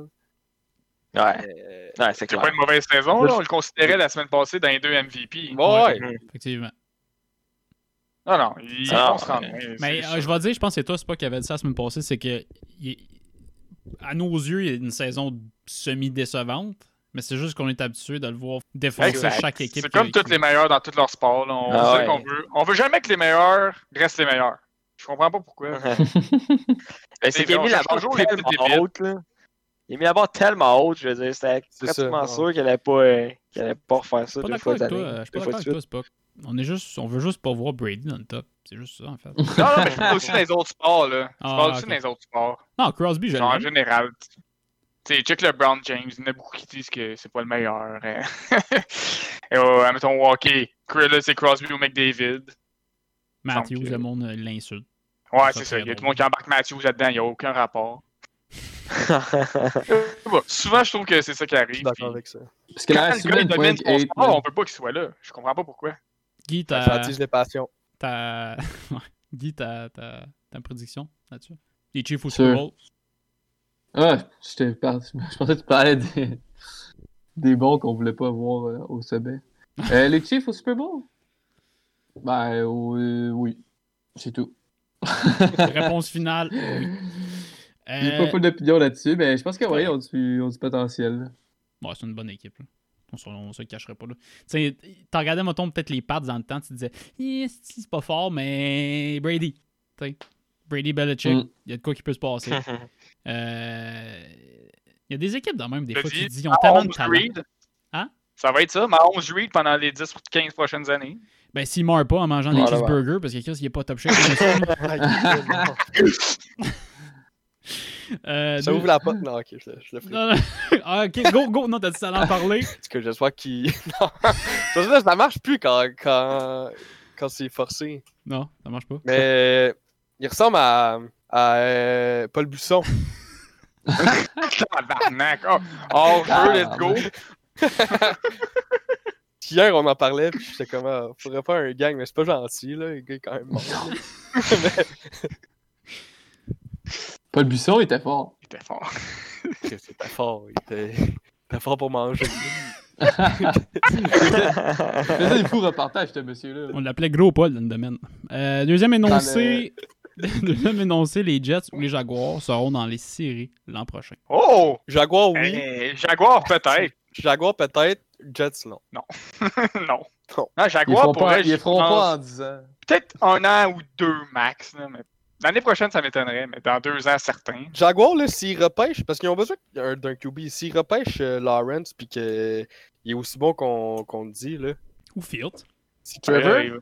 Ouais,
Euh,
ouais c'est
C'est pas
clair.
une mauvaise saison, là. On le considérait la semaine passée dans les deux MVP.
ouais,
Effectivement.
Non, non, ils
Ah,
vont se rendre.
Mais euh, je vais dire, je pense que c'est toi, c'est pas qui avait dit ça la semaine passée, c'est que il- à nos yeux, il y a une saison semi-décevante, mais c'est juste qu'on est habitué de le voir défoncer
Exact.
chaque équipe.
C'est comme
qui-
tous les meilleurs dans tous leurs sports. là. On,
Ah
sait
ouais.
qu'on veut. on veut jamais que les meilleurs restent les meilleurs. Je comprends pas pourquoi.
Mais Ben, c'est qu'il a mis
vrai, on
la
cherche
barre
toujours les petites
tellement
débiles.
haute, là. Il a mis la barre tellement haute, je veux dire, c'était
C'est ça,
pratiquement
ouais.
sûr qu'il allait pas, euh, qu'il allait pas refaire ça
Je suis pas
deux
d'accord
fois
avec toi,
d'année.
euh, je suis
deux
pas
fois de
d'accord avec toi, c'est pas. On est juste, on veut juste pas voir Brady dans le top. C'est juste ça, en fait.
Non, non, mais je parle aussi dans les autres sports, là. Je
Ah,
parle aussi
ok.
dans les autres sports.
Non, Crosby, je
Genre, en
l'aime.
général. Tu sais, check le Brown James. Il y en a beaucoup qui disent que c'est pas le meilleur. hein. Et oh, admettons, Walker. Là, c'est Crosby ou McDavid.
Matthews,
Donc, euh,
le monde euh, l'insulte.
Ouais,
Ça,
c'est
c'est
ça. Il y a tout
drôle.
le monde qui embarque Matthews là-dedans. Il n'y a aucun rapport.
suite.
Je sais pas. souvent, je trouve que c'est ça qui
je suis
arrive.
d'accord
puis
avec
euh,
ça.
Parce que
Quand
là,
le gars il domine son
7.8,
sport,
man.
on veut pas qu'il soit là. Je comprends pas pourquoi.
Guy,
Ça
t'as.
attise les passions.
t'as- ouais. Guy, t'as t'as- t'as une prédiction là-dessus Les Chiefs au
Sûr.
Super Bowl.
Ah, je, te par- je pensais que tu parlais des, des bons qu'on voulait pas voir euh, au sommet. Euh, les Chiefs au Super Bowl? Ben euh, oui, c'est tout.
Réponse finale. oui.
J'ai
Euh,
pas beaucoup d'opinion là-dessus, mais je pense que oui, on a du, on a du potentiel. là.
Bon, c'est une bonne équipe. là. On se, on se le cacherait pas. là. Tu sais, t'en regardais, mettons, peut-être les pattes dans le temps, tu te disais, Eh, c'est c'est pas fort, mais Brady. Tu sais, Brady Belichick, il
Mm.
y a de quoi qui peut se passer. Euh, Il y a des équipes dans même, des
T'as
fois,
dit
qui disent, ils ont tellement de talent.
Reed.
Hein?
Ça va être ça, ma 11 Reed pendant les 10 ou 15 prochaines années.
Ben, s'il meurt pas en mangeant des
Voilà, ouais.
cheeseburgers, parce que Chris, il est pas top shape. comme ça. Ah, Euh,
ça
deux-
ouvre la porte. Non, ok, je le, je le ferai.
Non, non. Ah, ok, go, go. Non, t'as dit ça allait en parler.
Parce que j'espère qu'il. Non. Parce que là, ça marche plus quand, quand, quand c'est forcé.
Non, ça marche pas.
Mais il ressemble à, à euh, Paul Busson.
Tabarnak! Oh, oh jeu, let's
Ah,
go!
Hier, on en parlait, puis j'étais comme, ah, faudrait faire un gang, mais c'est pas gentil, là, le gars est quand même mort. là.
Paul Buisson était fort.
Il était fort.
Chris, il était fort, il était, il était fort pour manger.
Il faisait des fous reportages, ce monsieur-là.
On l'appelait Gros Paul dans le domaine. Euh, deuxième énoncé. deuxième énoncé, les Jets ou les Jaguars seront dans les séries l'an prochain.
Oh!
Jaguar, oui.
Eh, Jaguar, peut-être.
Jaguar, peut-être. Jets, non.
non.
Non.
Non,
Ils
Jaguar
feront pas,
pourrait.
ils
je
feront
pense,
pas en 10 ans.
Peut-être un an ou deux max. là, mais L'année prochaine, ça m'étonnerait, mais dans deux ans, certain.
Jaguar, là, s'ils repêchent, parce qu'ils ont besoin d'un d'un QB, s'ils repêchent euh, Lawrence, puis qu'il est aussi bon qu'on qu'on le dit, là.
Ou Fields.
Si Trevor,
Euh,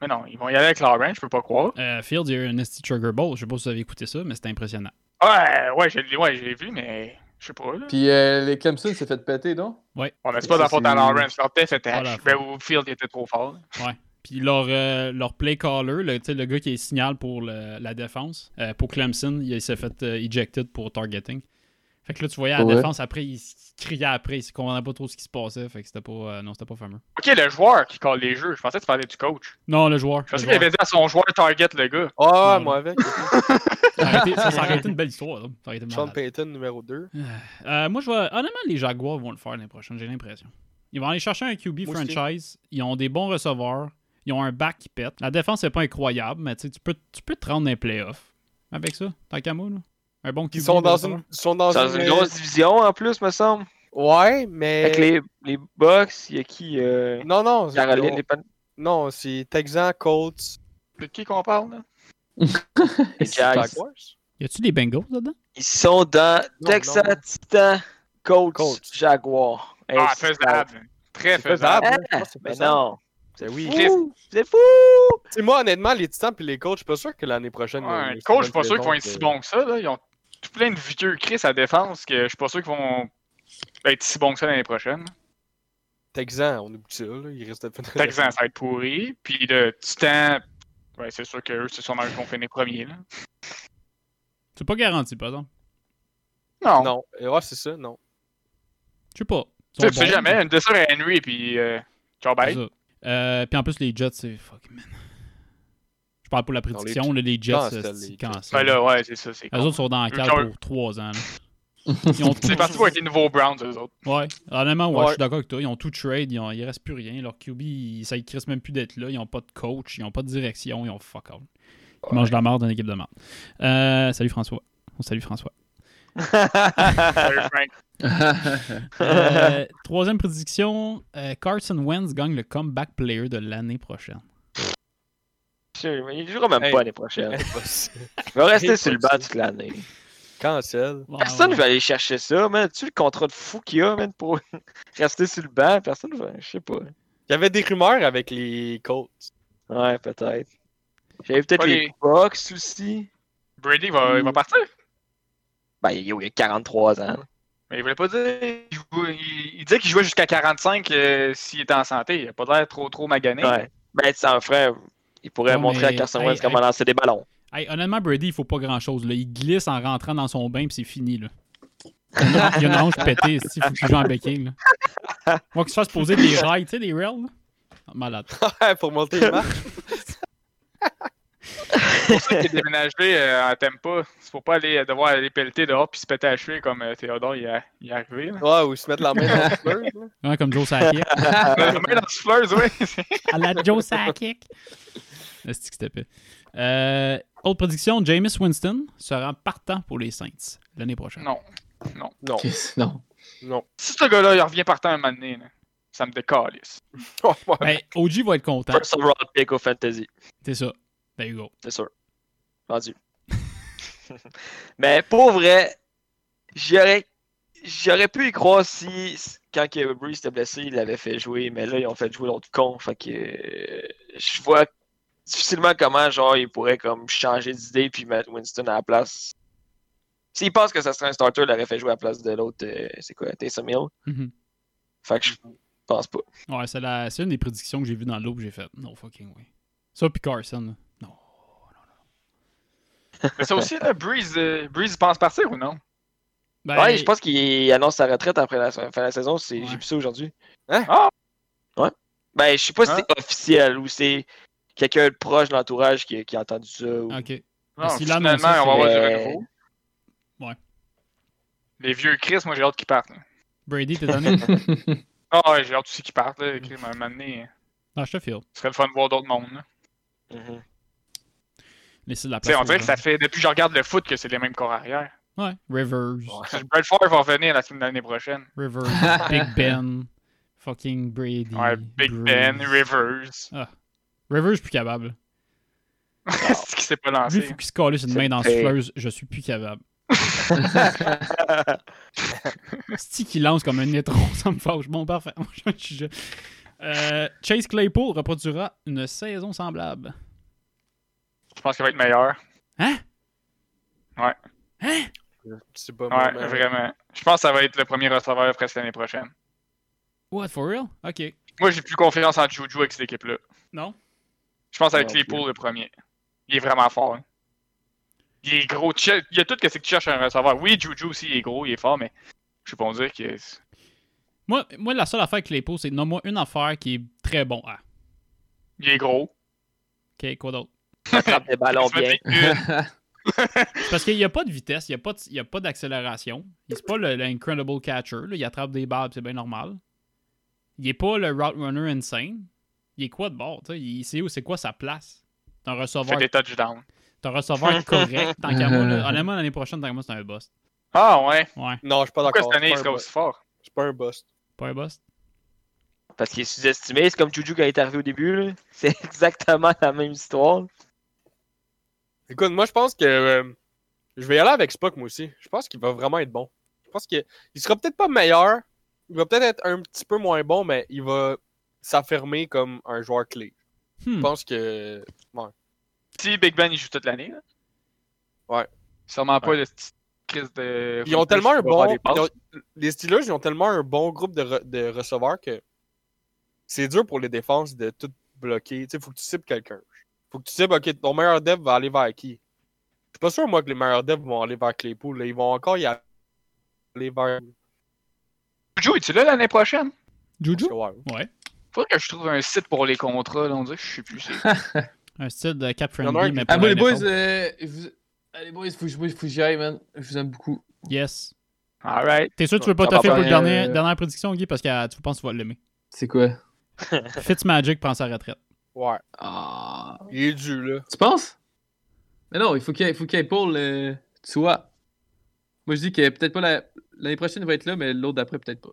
Mais non, ils vont y aller avec Laurent, je peux pas croire.
Euh, Fields, il y a eu un esti Sugar Bowl. Je sais pas si vous avez écouté ça, mais c'était impressionnant.
Ouais, ouais, je l'ai ouais, je l'ai vu, mais je sais pas, là.
Puis euh, les Clemson s'est fait péter, donc.
On a c'est pas dans la faute à
c'est-
Lawrence. Leur tête était
Voilà.
hache. Field était trop fort. là.
Puis leur, euh, leur play caller, le, tu sais, le gars qui est signal pour le- la défense, euh, pour Clemson, il s'est fait euh, ejected pour targeting. Fait que là, tu voyais à la
Ouais.
défense, après, il s- criait après, il ne comprenait pas trop ce qui se passait. Fait que c'était pas, euh, non, c'était pas fameux.
Ok, le joueur qui colle les jeux. Je pensais que tu parlais du coach.
Non, le joueur.
Je
le
pensais qu'il
joueur.
avait dit à son joueur target le gars.
Ah, moi avec.
Ça aurait été- ça, ça aurait été une belle histoire. là. Ça aurait été
Sean
malade.
Payton, numéro 2.
Euh, moi, je vois. Honnêtement, les Jaguars vont le faire l'année prochaine, j'ai l'impression. Ils vont aller chercher un QB
Moi aussi.
franchise. Ils ont des bons receveurs. Ils ont un back qui pète. La défense, c'est pas incroyable, mais tu sais, tu peux, tu peux te rendre dans les playoffs avec ça. Tant qu'à moi, là. Un bon QB.
Ils sont dans
receveur.
une. Ils sont dans
C'est dans une grosse division en plus, me semble.
Ouais, mais.
Avec les, les Bucks, il y a qui euh,
Non, non. c'est-
Caroline, les, Pan-
Non, c'est Texans, Colts.
De qui qu'on parle, là?
les Jags.
Jaguars.
Y a-tu des Bengals là-dedans
Ils sont dans
Non,
Texas,
non.
Titan, Colts,
Colts.
Jaguars.
Ah,
Hey,
faisable. Très
C'est faisable.
faisable.
Ah,
là, je pense que c'est
Mais
faisable.
non. C'est
oui.
fou. C'est fou.
Tu sais, moi, honnêtement, les Titans puis les Colts, je suis pas sûr que l'année prochaine. il y a
Ouais,
une
le coach, je suis
bonne
pas sûr qu'ils vont être
présence,
si bons que ça. Là. Ils ont tout plein de vieux Chris à défense que je suis pas sûr qu'ils vont être si bons que ça l'année prochaine.
euh, Texans, on oublie ça, là. Ils risquent de finir.
Texans, ça va être pourri. Puis le Titan, ouais, c'est sûr qu'eux, c'est sûrement eux qui vont finir premier. Là.
C'est pas garanti, par exemple.
Non,
Non. Euh, Ouais, c'est ça, non.
Je sais pas. Ils
tu sais,
sont
tu sais
bons,
jamais.
mais
Une blessure à Henry, puis euh, ciao,
c'est
bye.
ça. Euh, Puis en plus, les Jets, c'est. Fuck, man. Je parle pour la prédiction, là, les Jets,
Cancel,
euh,
les
c'est
Jets.
cancer.
Ouais, Ben là, ouais, c'est ça. C'est
Eux
con.
autres sont dans la cave
Ils ont-
pour 3 ans. là. Ils ont
C'est
tout-
parti pour être les nouveaux Browns, eux autres.
Ouais, honnêtement, ouais,
Ouais.
je suis d'accord avec toi. Ils ont tout trade, ils ont, il reste plus rien. Leur QB, ils- ça ne crissent même plus d'être là. Ils n'ont pas de coach, ils n'ont pas de direction, ils ont fuck all. Ils mangent de la merde d'une équipe de merde. Euh, salut François. On salue François.
Salut, Frank.
Euh, troisième prédiction euh, Carson Wentz gagne le comeback player de l'année prochaine.
Sûr, mais Il jouera même
Hey.
pas l'année prochaine.
Impossible.
Il va rester
Hey,
sur le
pas
banc
ça.
toute l'année.
Cancel.
Ouais,
Personne
ouais.
va aller chercher ça, man. Tu sais le contrat de fou qu'il y a, man, pour rester sur le banc. Personne va. Je sais pas.
Il y avait des rumeurs avec les Colts.
Ouais, peut-être. J'avais peut-être
Ouais,
les
les-
Bucks aussi.
Brady va, il va partir.
Ben, il y a il y a 43 ans.
Mais il voulait pas dire. Il, jouait- il- il disait qu'il jouait jusqu'à 45 euh, s'il était en santé. Il a pas l'air trop, trop magané.
Ouais. Ben, tu en frère, il pourrait
Ouais,
montrer à
mais-
Carson
hey,
Wentz
hey.
comment lancer des ballons.
Hey, honnêtement, Brady, il faut pas grand chose. Il glisse en rentrant dans son bain, puis c'est fini. Là. Il y a une- il y a une hanche pétée, ici, il faut qu'il joue en béquille. Là. Moi, qu'il se fasse poser des rails, tu sais, des rails. là. Malade.
pour monter les marches.
Il est déménagé euh, à Tempa. C'est pour pas aller euh, devoir aller pelleter dehors puis se péter à cheveux comme euh, Théodore il est, il est arrivé. Là.
Ouais, ou se mettre la main dans le fleur. là.
Vraiment comme Joe Sakic.
Ah.
Le main dans le souffleuse, oui.
à la Joe Sakic. Esti que c'était épais. Euh, autre prédiction, Jameis Winston sera partant pour les Saints l'année prochaine.
Non.
Non.
Qu'est-ce- non.
Si ce gars-là, il revient partant un moment donné, là, ça me décalisse.
Oh, ouais.
Ben, OG va être content.
First overall pick au fantasy,
C'est ça. There you go.
c'est sûr. Rendu. Mais pour vrai, j'aurais, j'aurais pu y croire si, quand que Breeze était blessé, il l'avait fait jouer, mais là, ils ont fait jouer l'autre con. Fait que euh, je vois difficilement comment, genre, il pourrait comme changer d'idée puis mettre Winston à la place. S'il pense que ça serait un starter, il l'aurait fait jouer à la place de l'autre, euh, c'est quoi, Taysom Hill.
Mhm.
Fait que je pense pas.
Ouais, c'est la- c'est une des prédictions que j'ai vues dans l'aube, j'ai fait. No fucking way. Ça, puis Carson. là. Non.
Mais ça aussi, là, Breeze, euh, Breeze il pense partir ou non?
Ben,
Ouais, je pense qu'il annonce sa retraite après la fin de la saison. c'est-
Ouais.
J'ai vu ça aujourd'hui.
Hein?
Ah!
Ouais. Ben, je sais pas si
Hein?
c'est officiel ou c'est quelqu'un de proche de l'entourage qui, qui a entendu ça. ou-
Ok.
Non,
S'il l'a
finalement, on
annoncé,
va avoir du
c'est-
renouveau.
Ouais.
Les vieux Chris, moi, j'ai hâte qu'ils partent. là.
Brady, t'es donné?
Ah ouais, j'ai hâte aussi qu'ils partent. Là. Chris, à un moment donné, hein.
non, je te file.
ce serait le fun de voir d'autres mondes. là.
Mhm.
Laissez de la
Tu sais,
place.
on
aux
dirait que
gens.
ça fait depuis que je regarde le foot que c'est les mêmes corps arrière.
Ouais. Rivers.
Brad Favre va revenir la semaine l'année prochaine.
Rivers. Big Ben. Fucking Brady.
Ouais, Big
Bruce.
Ben, Rivers.
Rivers, je suis plus capable.
Ah, c'est qui s'est pas
Lui, il
lancé.
faut qu'il se calisse une
C'est
main dans
pire.
souffleuse. Je suis plus capable. Sti qui lance comme un étron, ça me fâche. Bon, parfait. Je- je- je- Euh, Chase Claypool reproduira une saison semblable.
Je pense qu'il va être meilleur.
Hein?
C'est pas
Ouais,
vraiment-
vraiment. Je pense que ça va être le premier receveur presque l'année prochaine.
What, for real? Ok.
Moi, j'ai plus confiance en Juju avec cette équipe-là.
Non?
Je pense avec
Ah,
Non,
les Claypool le premier. Il est vraiment fort. hein. Il est gros. Tu cher- Il y a tout que c'est que tu cherches un receveur. Oui, Juju aussi, il est gros, il est fort, mais je sais pas dire que. c'est-
Moi, moi, la seule affaire avec les pots, c'est nomme-moi une affaire qui est très bon à.
Il est gros.
Ok, quoi d'autre?
Attrape des ballons
Il se
bien.
met des-
C'est Parce qu'il n'y a pas de vitesse, il n'y a pas de- il y a pas d'accélération. Il n'est pas le- l'incredible catcher. là. Il attrape des balles, c'est bien normal. Il n'est pas le route runner insane. Il est quoi de bord? tu sais? Il sait où c'est quoi sa place. C'est un
Il fait
receveur,
des touchdowns.
c'est un receveur correct. Tant qu'à moi, là. honnêtement, l'année prochaine, tant qu'à moi, c'est un bust.
Ah ouais.
Ouais,
Non, je suis pas
Pourquoi
d'accord.
cette année,
c'est
il sera
pas un
aussi fort?
bu- C'est pas un bust.
pas un bust.
Parce qu'il est sous-estimé. C'est comme Juju quand il est arrivé au début. là. C'est exactement la même histoire.
Écoute, moi, je pense que euh, je vais y aller avec Spock, moi aussi. Je pense qu'il va vraiment être bon. Je pense qu'il sera peut-être pas meilleur. Il va peut-être être un petit peu moins bon, mais il va s'affirmer comme un joueur clé.
Hmm.
Je pense que.
Si Big Ben, il joue toute l'année. là.
Ouais.
Sûrement pas de petite crise de.
Ils ont tellement un
qui va faire
bon.
des passes.
ils ont- les Steelers, ils ont tellement un bon groupe de, re- de receveurs que c'est dur pour les défenses de tout bloquer. Tu sais, faut que tu cibles quelqu'un. Faut que tu cibles, OK, ton meilleur dev va aller vers qui? Je suis pas sûr, moi, que les meilleurs devs vont aller vers Claypool. là. Ils vont encore y aller vers.
Juju, es-tu là l'année prochaine?
Juju?
Ouais.
Ouais.
Faudrait que je trouve un site pour les contrats. Là. On dirait que je sais plus. c'est-
Un style de cap
Il y en a
friendly,
un
mais
qui-
pas
Ah bon, les
un
boys,
effort.
euh, vous- allez, boys, faut que je- faut que j'y aille, man. Je vous aime beaucoup.
Yes.
Alright.
T'es sûr que tu veux pas
Ça
te
va
faire pour
bien,
la dernière,
euh.
dernière prédiction, Guy, parce que euh, tu penses que tu vas l'aimer.
C'est quoi?
Fitzmagic pense à la retraite.
Ouais.
Ah.
Il est dû, là.
Tu penses? Mais non, il faut qu'il y ait- faut qu'il y ait Paul, euh, tu vois. Moi, je dis que peut-être pas la- l'année prochaine, il va être là, mais l'autre d'après, peut-être pas.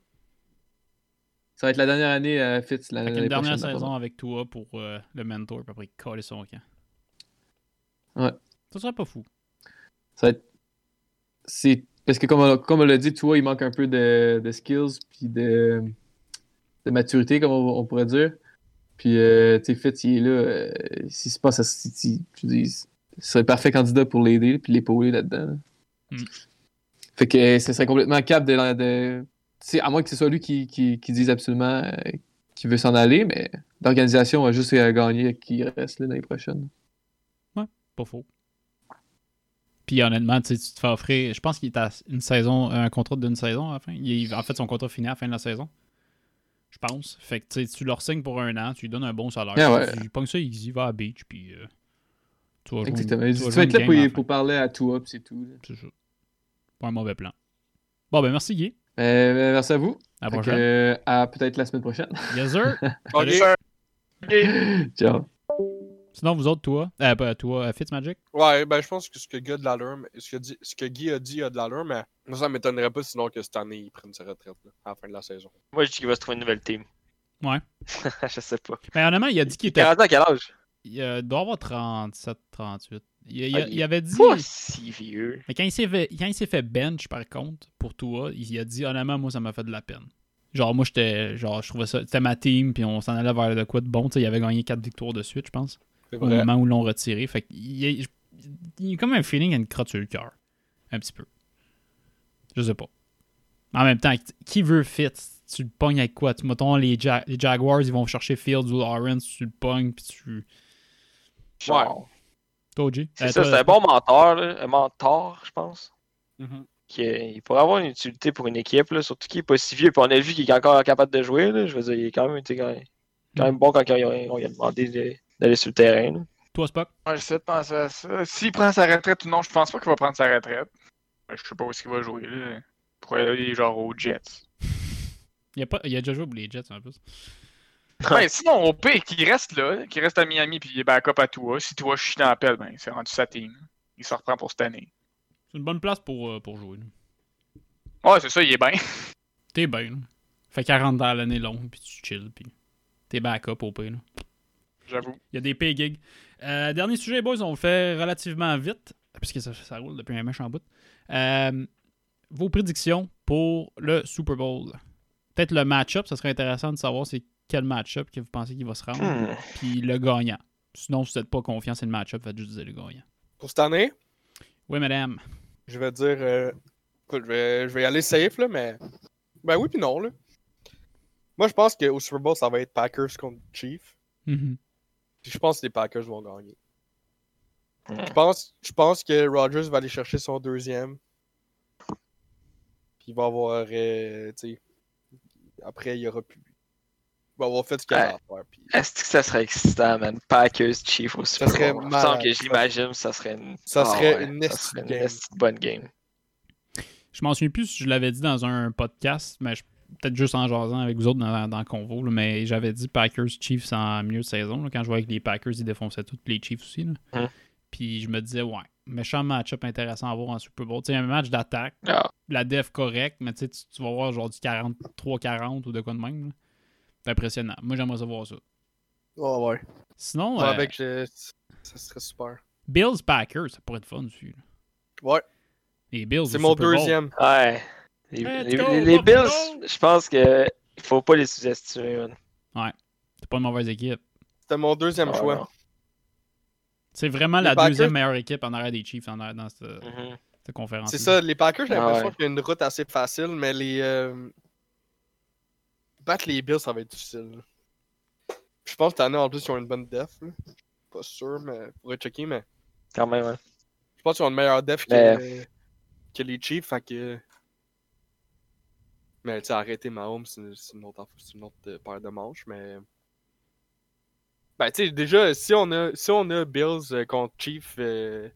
Ça va être la dernière année à Fitz. la-
Fait
L'année
qu'une dernière
prochaine,
saison avec toi pour euh, le mentor, puis après coller son camp.
Ouais.
Ça serait pas fou.
Ça va être. C'est. Parce que, comme on, comme on l'a dit, tu vois, il manque un peu de, de skills, puis de, de maturité, comme on, on pourrait dire. Puis, euh, tu sais, Fitz, il est là. euh, S'il se passe à City, je dis, ce serait le parfait candidat pour l'aider, puis l'épauler là-dedans.
Mm.
Fait que euh, ce serait complètement cap de. de tu sais, à moins que ce soit lui qui, qui, qui dise absolument euh, qu'il veut s'en aller, mais l'organisation a juste à gagner qui reste là l'année prochaine.
Pas faux. Puis honnêtement, tu sais, tu te fais offrir. Je pense qu'il est à une saison, euh, un contrat d'une saison à la fin. Il est- en fait, son contrat finit à la fin de la saison. Je pense. Fait que tu sais, tu leur signes pour un an, tu lui donnes un bon salaire.
Ah ouais.
Tu pognes ça, il y va à la beach, puis. euh, tu vas jouer une-
Exactement. Tu
vas
vas
jouer
être là
une
pour,
game à la fin.
pour parler à toi, puis c'est tout. là.
C'est ça. Pas un mauvais plan. Bon, ben merci Guy.
Euh, ben, merci à vous.
À la
Fait que,
prochaine.
euh, à peut-être la semaine prochaine.
Yes, sir.
Ok.
Ciao.
Sinon, vous autres, toi. Euh, pas toi, euh, Fitzmagic.
Ouais, ben je pense que ce que Guy a de l'allure, mais- ce que, dit- ce que Guy a dit a de l'allure, mais moi ça m'étonnerait pas sinon que cette année il prenne sa retraite là, à la fin de la saison.
Moi, je dis qu'il va se trouver une nouvelle team.
Ouais.
je sais pas.
Mais Ben, honnêtement, il a dit qu'il
T'es
était.
rendu à quel âge?
Il euh, doit avoir 37, 38. Il, il-
Ah,
il avait dit.
Pas si vieux.
Mais quand il s'est fait, quand il s'est fait bench, par contre, pour toi, il a dit honnêtement, moi, ça m'a fait de la peine. Genre, moi, j'étais. Genre, je trouvais ça. C'était ma team, puis on s'en allait vers le quoi de bon. Tu sais, il avait gagné 4 victoires de suite, je pense.
C'est
Au moment où l'ont retiré. Fait qu'il est- il y a comme un feeling, il a une crotte sur le cœur. Un petit peu. Je sais pas. En même temps, qui veut Fitz Tu le pognes avec quoi Tu mettons les, Ja- les Jaguars, ils vont chercher Fields ou Lawrence, tu le pognes, puis tu.
Genre,
Toi, G?
C'est
Euh,
ça,
toi,
c'est un bon mentor, là, un mentor, je pense.
Mm-hmm.
Mhm.
qui est- il pourrait avoir une utilité pour une équipe, là, surtout qu'il est pas si vieux. Puis on a vu qu'il est encore capable de jouer. là. je veux dire, il est quand même, tu sais, quand, quand même bon quand on, lui a- on lui a demandé de- d'aller sur le terrain. là.
Toi, Spock.
Ouais, j'essaie de penser à ça. S'il prend sa retraite ou non, je pense pas qu'il va prendre sa retraite. Ben, je sais pas où est-ce qu'il va jouer. Là. Pourquoi aller genre aux Jets?
Il a, pas, il a déjà joué pour les Jets en plus.
Ben, sinon, au pire, qu'il reste là, qu'il reste à Miami puis il est backup à Tua. Si Tua chie dans la pelle, ben, c'est rendu sa team. Il se reprend pour cette année.
C'est une bonne place pour, euh, pour jouer. là.
Ouais, c'est ça, il est bien.
T'es bien. là. Fait 40 dans l'année longue, puis tu chill, puis t'es backup au pire. là.
J'avoue.
Il y a des pay gigs. Euh, dernier sujet, boys, on le fait relativement vite, puisque ça, ça roule depuis un méchant bout. Euh, vos prédictions pour le Super Bowl. Peut-être le match-up, ça serait intéressant de savoir c'est quel match-up que vous pensez qu'il va se rendre,
Hmm.
puis le gagnant. Sinon, si vous n'êtes pas confiant, c'est le match-up, faites juste dire le gagnant.
Pour cette année,
Oui, madame.
je vais dire. euh, écoute, je vais, je vais y aller safe, là, mais. Ben oui, puis non, là. Moi, je pense qu'au Super Bowl, ça va être Packers contre Chiefs.
Mhm.
Puis je pense que les Packers vont gagner.
Hmm.
Je pense, je pense que Rodgers va aller chercher son deuxième. Puis il va avoir. euh, tu sais. Après, il y aura plus. Il va avoir fait ce qu'il a à faire. Puis
Est-ce que ça serait excitant, man? Packers Chief au Super
Ça serait
Bowl. Il me
malade.
semble que j'imagine ça serait une. ah,
Ça serait une
ça
esti
serait une
game.
esti de bonne game.
Je m'en souviens plus si je l'avais dit dans un podcast, mais je- peut-être juste en jasant avec vous autres dans, dans le convo, là, mais j'avais dit Packers Chiefs en milieu de saison. là, quand je voyais que les Packers, ils défonçaient tout, puis les Chiefs aussi. là.
Hein.
Puis je me disais, ouais, méchant match-up intéressant à voir en Super Bowl. Tu sais, un match d'attaque,
Ah.
la def correcte, mais tu, sais, tu- tu vas voir genre du 43-40 ou de quoi de même. là. C'est impressionnant. Moi, j'aimerais savoir ça.
Oh, ouais.
Sinon,
Ouais, ben,
euh,
avec, je- ça serait super.
Bills Packers, ça pourrait être fun aussi. là.
Ouais,
Les Bills,
c'est
au
mon
Super Bowl.
deuxième.
Ouais. Les,
Let's
les-
go,
les- les
let's
Bills,
go!
je pense que il faut pas les sous-estimer, man.
C'est pas une mauvaise équipe.
C'était mon deuxième
Ah,
choix.
non.
C'est vraiment
Les
la
Packers-
deuxième meilleure équipe en arrière des Chiefs en arrière dans cette,
Mhm.
cette conférence.
C'est ça, les Packers, j'ai
Ah
l'impression
ouais.
qu'il y a une route assez facile, mais les. euh, Battre les Bills, ça va être difficile. là. Je pense que cette année, en plus, ils ont une bonne def. là. Pas sûr, mais. Faudrait checker, mais.
Quand même, hein.
Je pense qu'ils ont une meilleure def que,
Mais-
que les Chiefs, fait que. Mais tu sais, arrêter Mahomes, c'est une, c'est une autre, affaire- c'est une autre euh, paire de manches, mais. Ben, tu sais, déjà, si on a, si on a Bills euh, contre Chiefs euh,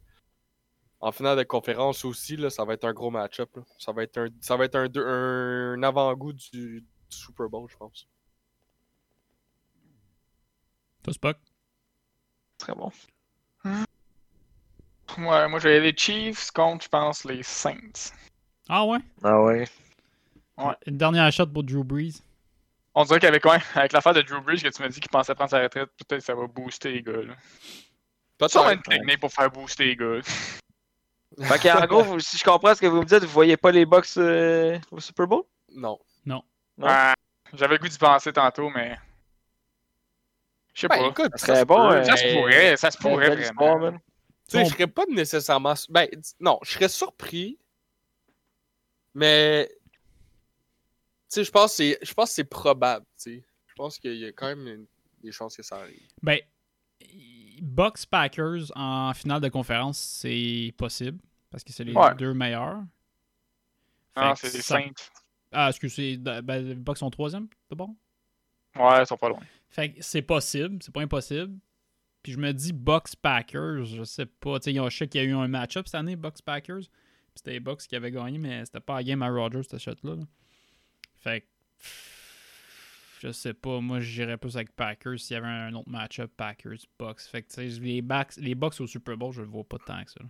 en finale de conférence aussi, là, ça va être un gros match-up. là. Ça va être un, ça va être un, deux- un avant-goût du, du Super Bowl, je pense.
Toi, Spock.
Très bon.
Hmm. Ouais, moi, je vais aller Chiefs contre, je pense, les Saints.
Ah ouais?
Ah ouais.
Ouais.
Une dernière shot pour Drew Brees.
On dirait qu'avec ouais, avec l'affaire de Drew Brees que tu m'as dit qu'il pensait prendre sa retraite, peut-être que ça va booster les gars. Là.
Pas
Ça va une technique pour faire booster les gars.
Fait que, en gros, vous- si je comprends ce que vous me dites, vous voyez pas les Bucks euh, au Super Bowl?
Non.
Non.
Ah, J'avais le goût d'y penser tantôt, mais. Je sais
Ben,
pas.
écoute,
Ça serait bon.
Ça se
euh,
pourrait, ça se
une
pourrait
belle histoire,
vraiment.
man.
Tu sais, je serais pas nécessairement. su- Ben, d- non, je serais surpris. Mais. Tu sais, je pense que c'est- je pense que c'est probable, tu sais. Je pense qu'il y a quand même une- des chances que ça arrive.
Ben, Bucks Packers en finale de conférence, c'est possible. Parce que c'est les
Ouais.
deux meilleurs. Fait
Non,
que
Ah, c'est les
ça-
Saints.
Ah, excusez, ben, les Bucks sont troisième, c'est bon?
Ouais, ils sont pas loin.
Fait que c'est possible, c'est pas impossible. Puis je me dis Bucks Packers, je sais pas. Tu sais, ils ont- je sais qu'il y a eu un match-up cette année, Bucks Packers. Puis c'était les Bucks qui avaient gagné, mais c'était pas la game à Rodgers, cette shot-là. là. Fait que. pff, Je sais pas, moi j'irais plus avec Packers s'il y avait un autre match-up Packers-Bucks. Fait que tu sais, les, Bucks- les Bucks au Super Bowl, je le vois pas tant que ça. là.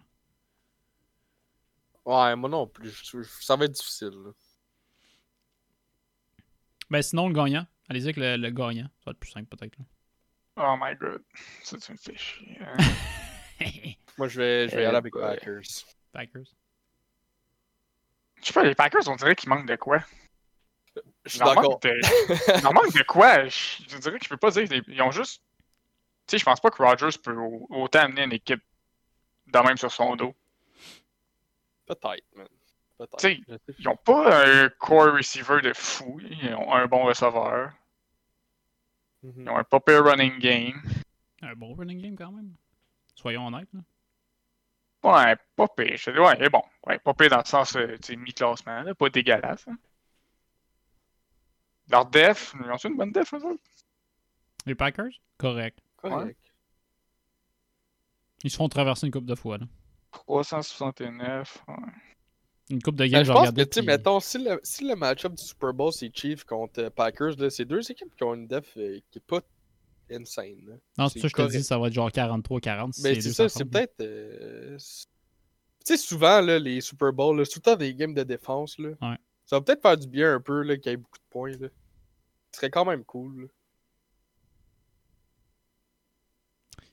Ouais, moi non plus. je- je- ça va être difficile. là.
Ben sinon, le gagnant. Allez-y avec le, le gagnant. Ça va être plus simple peut-être. là.
Oh my god. Ça, tu me fais chier. hein.
Moi, je vais, je vais y
Eh
aller avec
boy.
Packers.
Packers.
Je sais pas, les Packers, on dirait qu'ils manquent de quoi.
Je suis
Ils en
d'accord.
manquent de- ils en manquent de quoi. Je, je dirais que je peux pas dire qu'ils ont juste. Tu sais, je pense pas que Rodgers peut au- autant amener une équipe de même sur son dos.
Peut-être, man. Peut-être.
Tu sais,
Je sais-
Ils ont pas un core receiver de fou. Ils ont un bon receveur. Ils
Mhm.
ont un pas pire running game.
Un bon running game quand même. Soyons honnêtes. là.
Ouais, pas pire. Je te dis, ouais, il est bon. Ouais, pas pire dans le sens euh, tu sais, mi-classement, là, pas dégueulasse. hein. Leur def, ils ont une bonne def, eux autres?
Les Packers? Correct.
Correct.
Ils se font traverser une coupe de fois. Là.
369. Ouais.
Une coupe de
Ben,
games,
je
j'ai
pense que,
regardé.
tu sais,
puis- euh,
mettons, si le, si le match-up du Super Bowl, c'est Chiefs contre euh, Packers, là, c'est deux équipes qui ont une def euh, qui est pas insane. là.
Non, c'est pour ça
c'est
que je te
correct.
dis, ça va être genre 43-40. si
Mais
les
c'est
deux
ça, c'est
s'affrontent.
peut-être. euh, s- Tu sais, souvent, là, les Super Bowls, là, c'est tout le temps des games de défense. Là.
Ouais.
Ça va peut-être faire du bien un peu là, qu'il y ait beaucoup de points. Là. Ce serait quand même cool. là.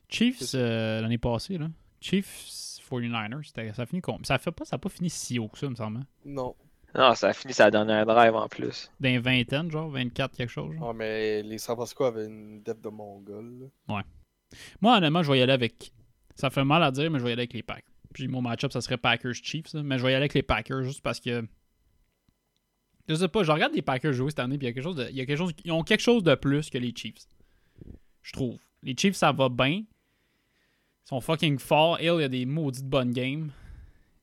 Chiefs,
c'est-
euh, l'année passée, là. Chiefs 49ers, c'était- ça finit combien? Ça fait pas, ça a pas fini si haut que ça, me semble. hein.
Non.
Non, Ah, ça a fini sa dernière drive en plus.
Dans les vingtaines, genre 24, quelque chose. genre.
Ah, mais les San Francisco avaient une def de Mongol. là.
Moi, honnêtement, je vais y aller avec. Ça fait mal à dire, mais je vais y aller avec les Packers. Puis mon match-up, ça serait Packers-Chiefs. là. Mais je vais y aller avec les Packers juste parce que. Je sais pas, je regarde les Packers jouer cette année, puis il y a quelque chose de. il y a quelque chose, ils ont quelque chose de plus que les Chiefs. Je trouve. Les Chiefs, ça va bien. Ils sont fucking forts. Hill, il y a des maudites bonnes games.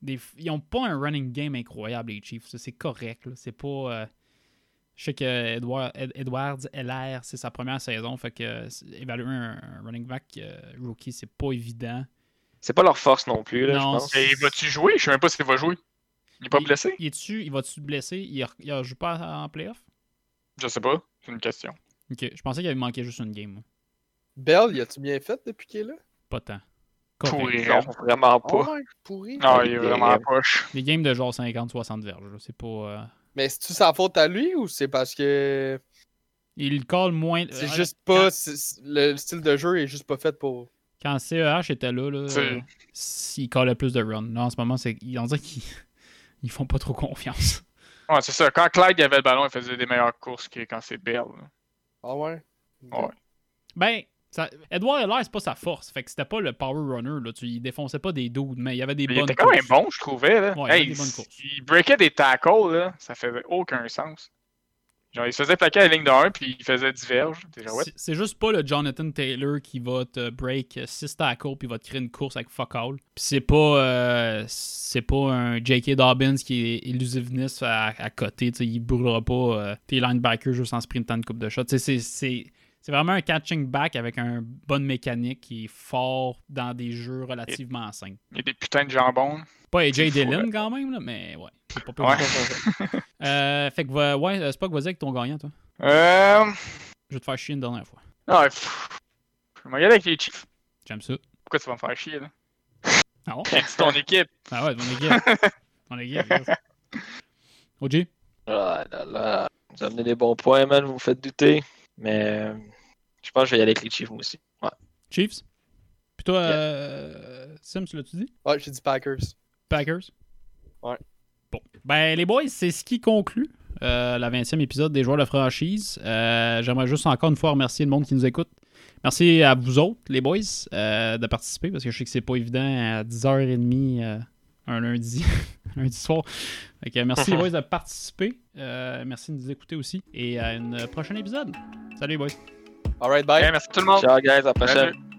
Des, ils ont pas un running game incroyable, les Chiefs. ça, C'est correct. là. C'est pas. euh, je sais que Edward, Ed- Edwards LR, c'est sa première saison. Fait que euh, c'est- évaluer un, un running back euh, rookie, c'est pas évident.
C'est pas leur force non plus, là, je
Non,
pense.
c'est-
Et va-tu jouer? Je sais même pas s'il va jouer. Il est pas blessé?
Il est-tu, il va-tu se blesser Il, re- il joue pas en playoff
Je sais pas. C'est une question.
Ok, je pensais qu'il avait manqué juste une game. moi.
Bell, y a-tu bien fait depuis qu'il est là?
Pas tant.
Pourri.
Correct.
Non, vraiment pas.
Oh, pourri.
Non, il est vraiment poche.
Des games de genre 50-60 verges. là, C'est pas. euh,
Mais c'est-tu sa faute à lui ou c'est parce que
Il colle moins.
c'est
euh,
juste pas. c'est- c'est- Le style de jeu est juste pas fait pour.
Quand CEH était là, là
C'est-
euh, il collait plus de runs. Là, en ce moment, c'est, on dirait qu'ils ils font pas trop confiance.
Ouais, c'est ça. Quand Clyde avait le ballon, il faisait des meilleures courses que quand c'est Bell. là.
Ah ouais?
Ouais.
Ben, ça, Edouard Heller, c'est pas sa force. Fait que c'était pas le power runner. Là. Tu, il défonçait pas des dudes, mais il y avait des
Il
bonnes
était quand même
courses.
bon, je trouvais. Là.
Ouais, il avait
Hey,
des bonnes courses.
Il breakait des tackles, là. ça faisait aucun sens. Genre, il se faisait plaquer à la ligne de 1, puis il faisait diverge. T'es genre, what?
C'est- C'est juste pas le Jonathan Taylor qui va te break 6 tackles puis va te créer une course avec fuck all. Puis c'est pas euh, c'est pas un J.K. Dobbins qui est illusiveness à, à côté, tu sais, il brûlera pas euh, tes linebackers juste en sprintant une coupe de shot. Tu sais, C'est c'est- c'est vraiment un catching back avec une bonne mécanique qui est fort dans des jeux relativement simples.
Il y a des putains de jambon. là.
Pas AJ
C'est fou,
Dillon quand même, là, mais ouais. C'est Pas pire
Ouais.
que ça, ça. Euh, fait que, va- ouais, c'est pas que vas-y avec ton gagnant, toi.
Euh...
Je vais te faire chier une dernière fois.
Non, pff. je vais me regarder avec les Chiefs.
J'aime ça.
Pourquoi tu vas me faire chier, là?
Ah bon?
C'est ton équipe.
Ah ouais, on est guide. on est guide, yes. OG,
Ah là là. Vous amenez des bons points, man, vous me faites douter. Mais euh, je pense que je vais y aller avec les Chiefs, moi aussi. Ouais.
Chiefs. Puis toi,
Yeah.
euh, Sims, l'as-tu dit?
Ouais, j'ai dit Packers.
Packers.
Ouais.
Bon. Ben, les boys, c'est ce qui conclut euh, la 20e épisode des joueurs de franchise. Euh, J'aimerais juste encore une fois remercier le monde qui nous écoute. Merci à vous autres, les boys, euh, de participer parce que je sais que c'est pas évident à 10h30 euh, un lundi, lundi soir. Fait que merci, les boys, de participer. Euh, merci de nous écouter aussi. Et à un prochain épisode. Salut, les boys.
Alright, bye.
Ouais, merci tout le monde.
Ciao, guys, à la prochaine.
Salut.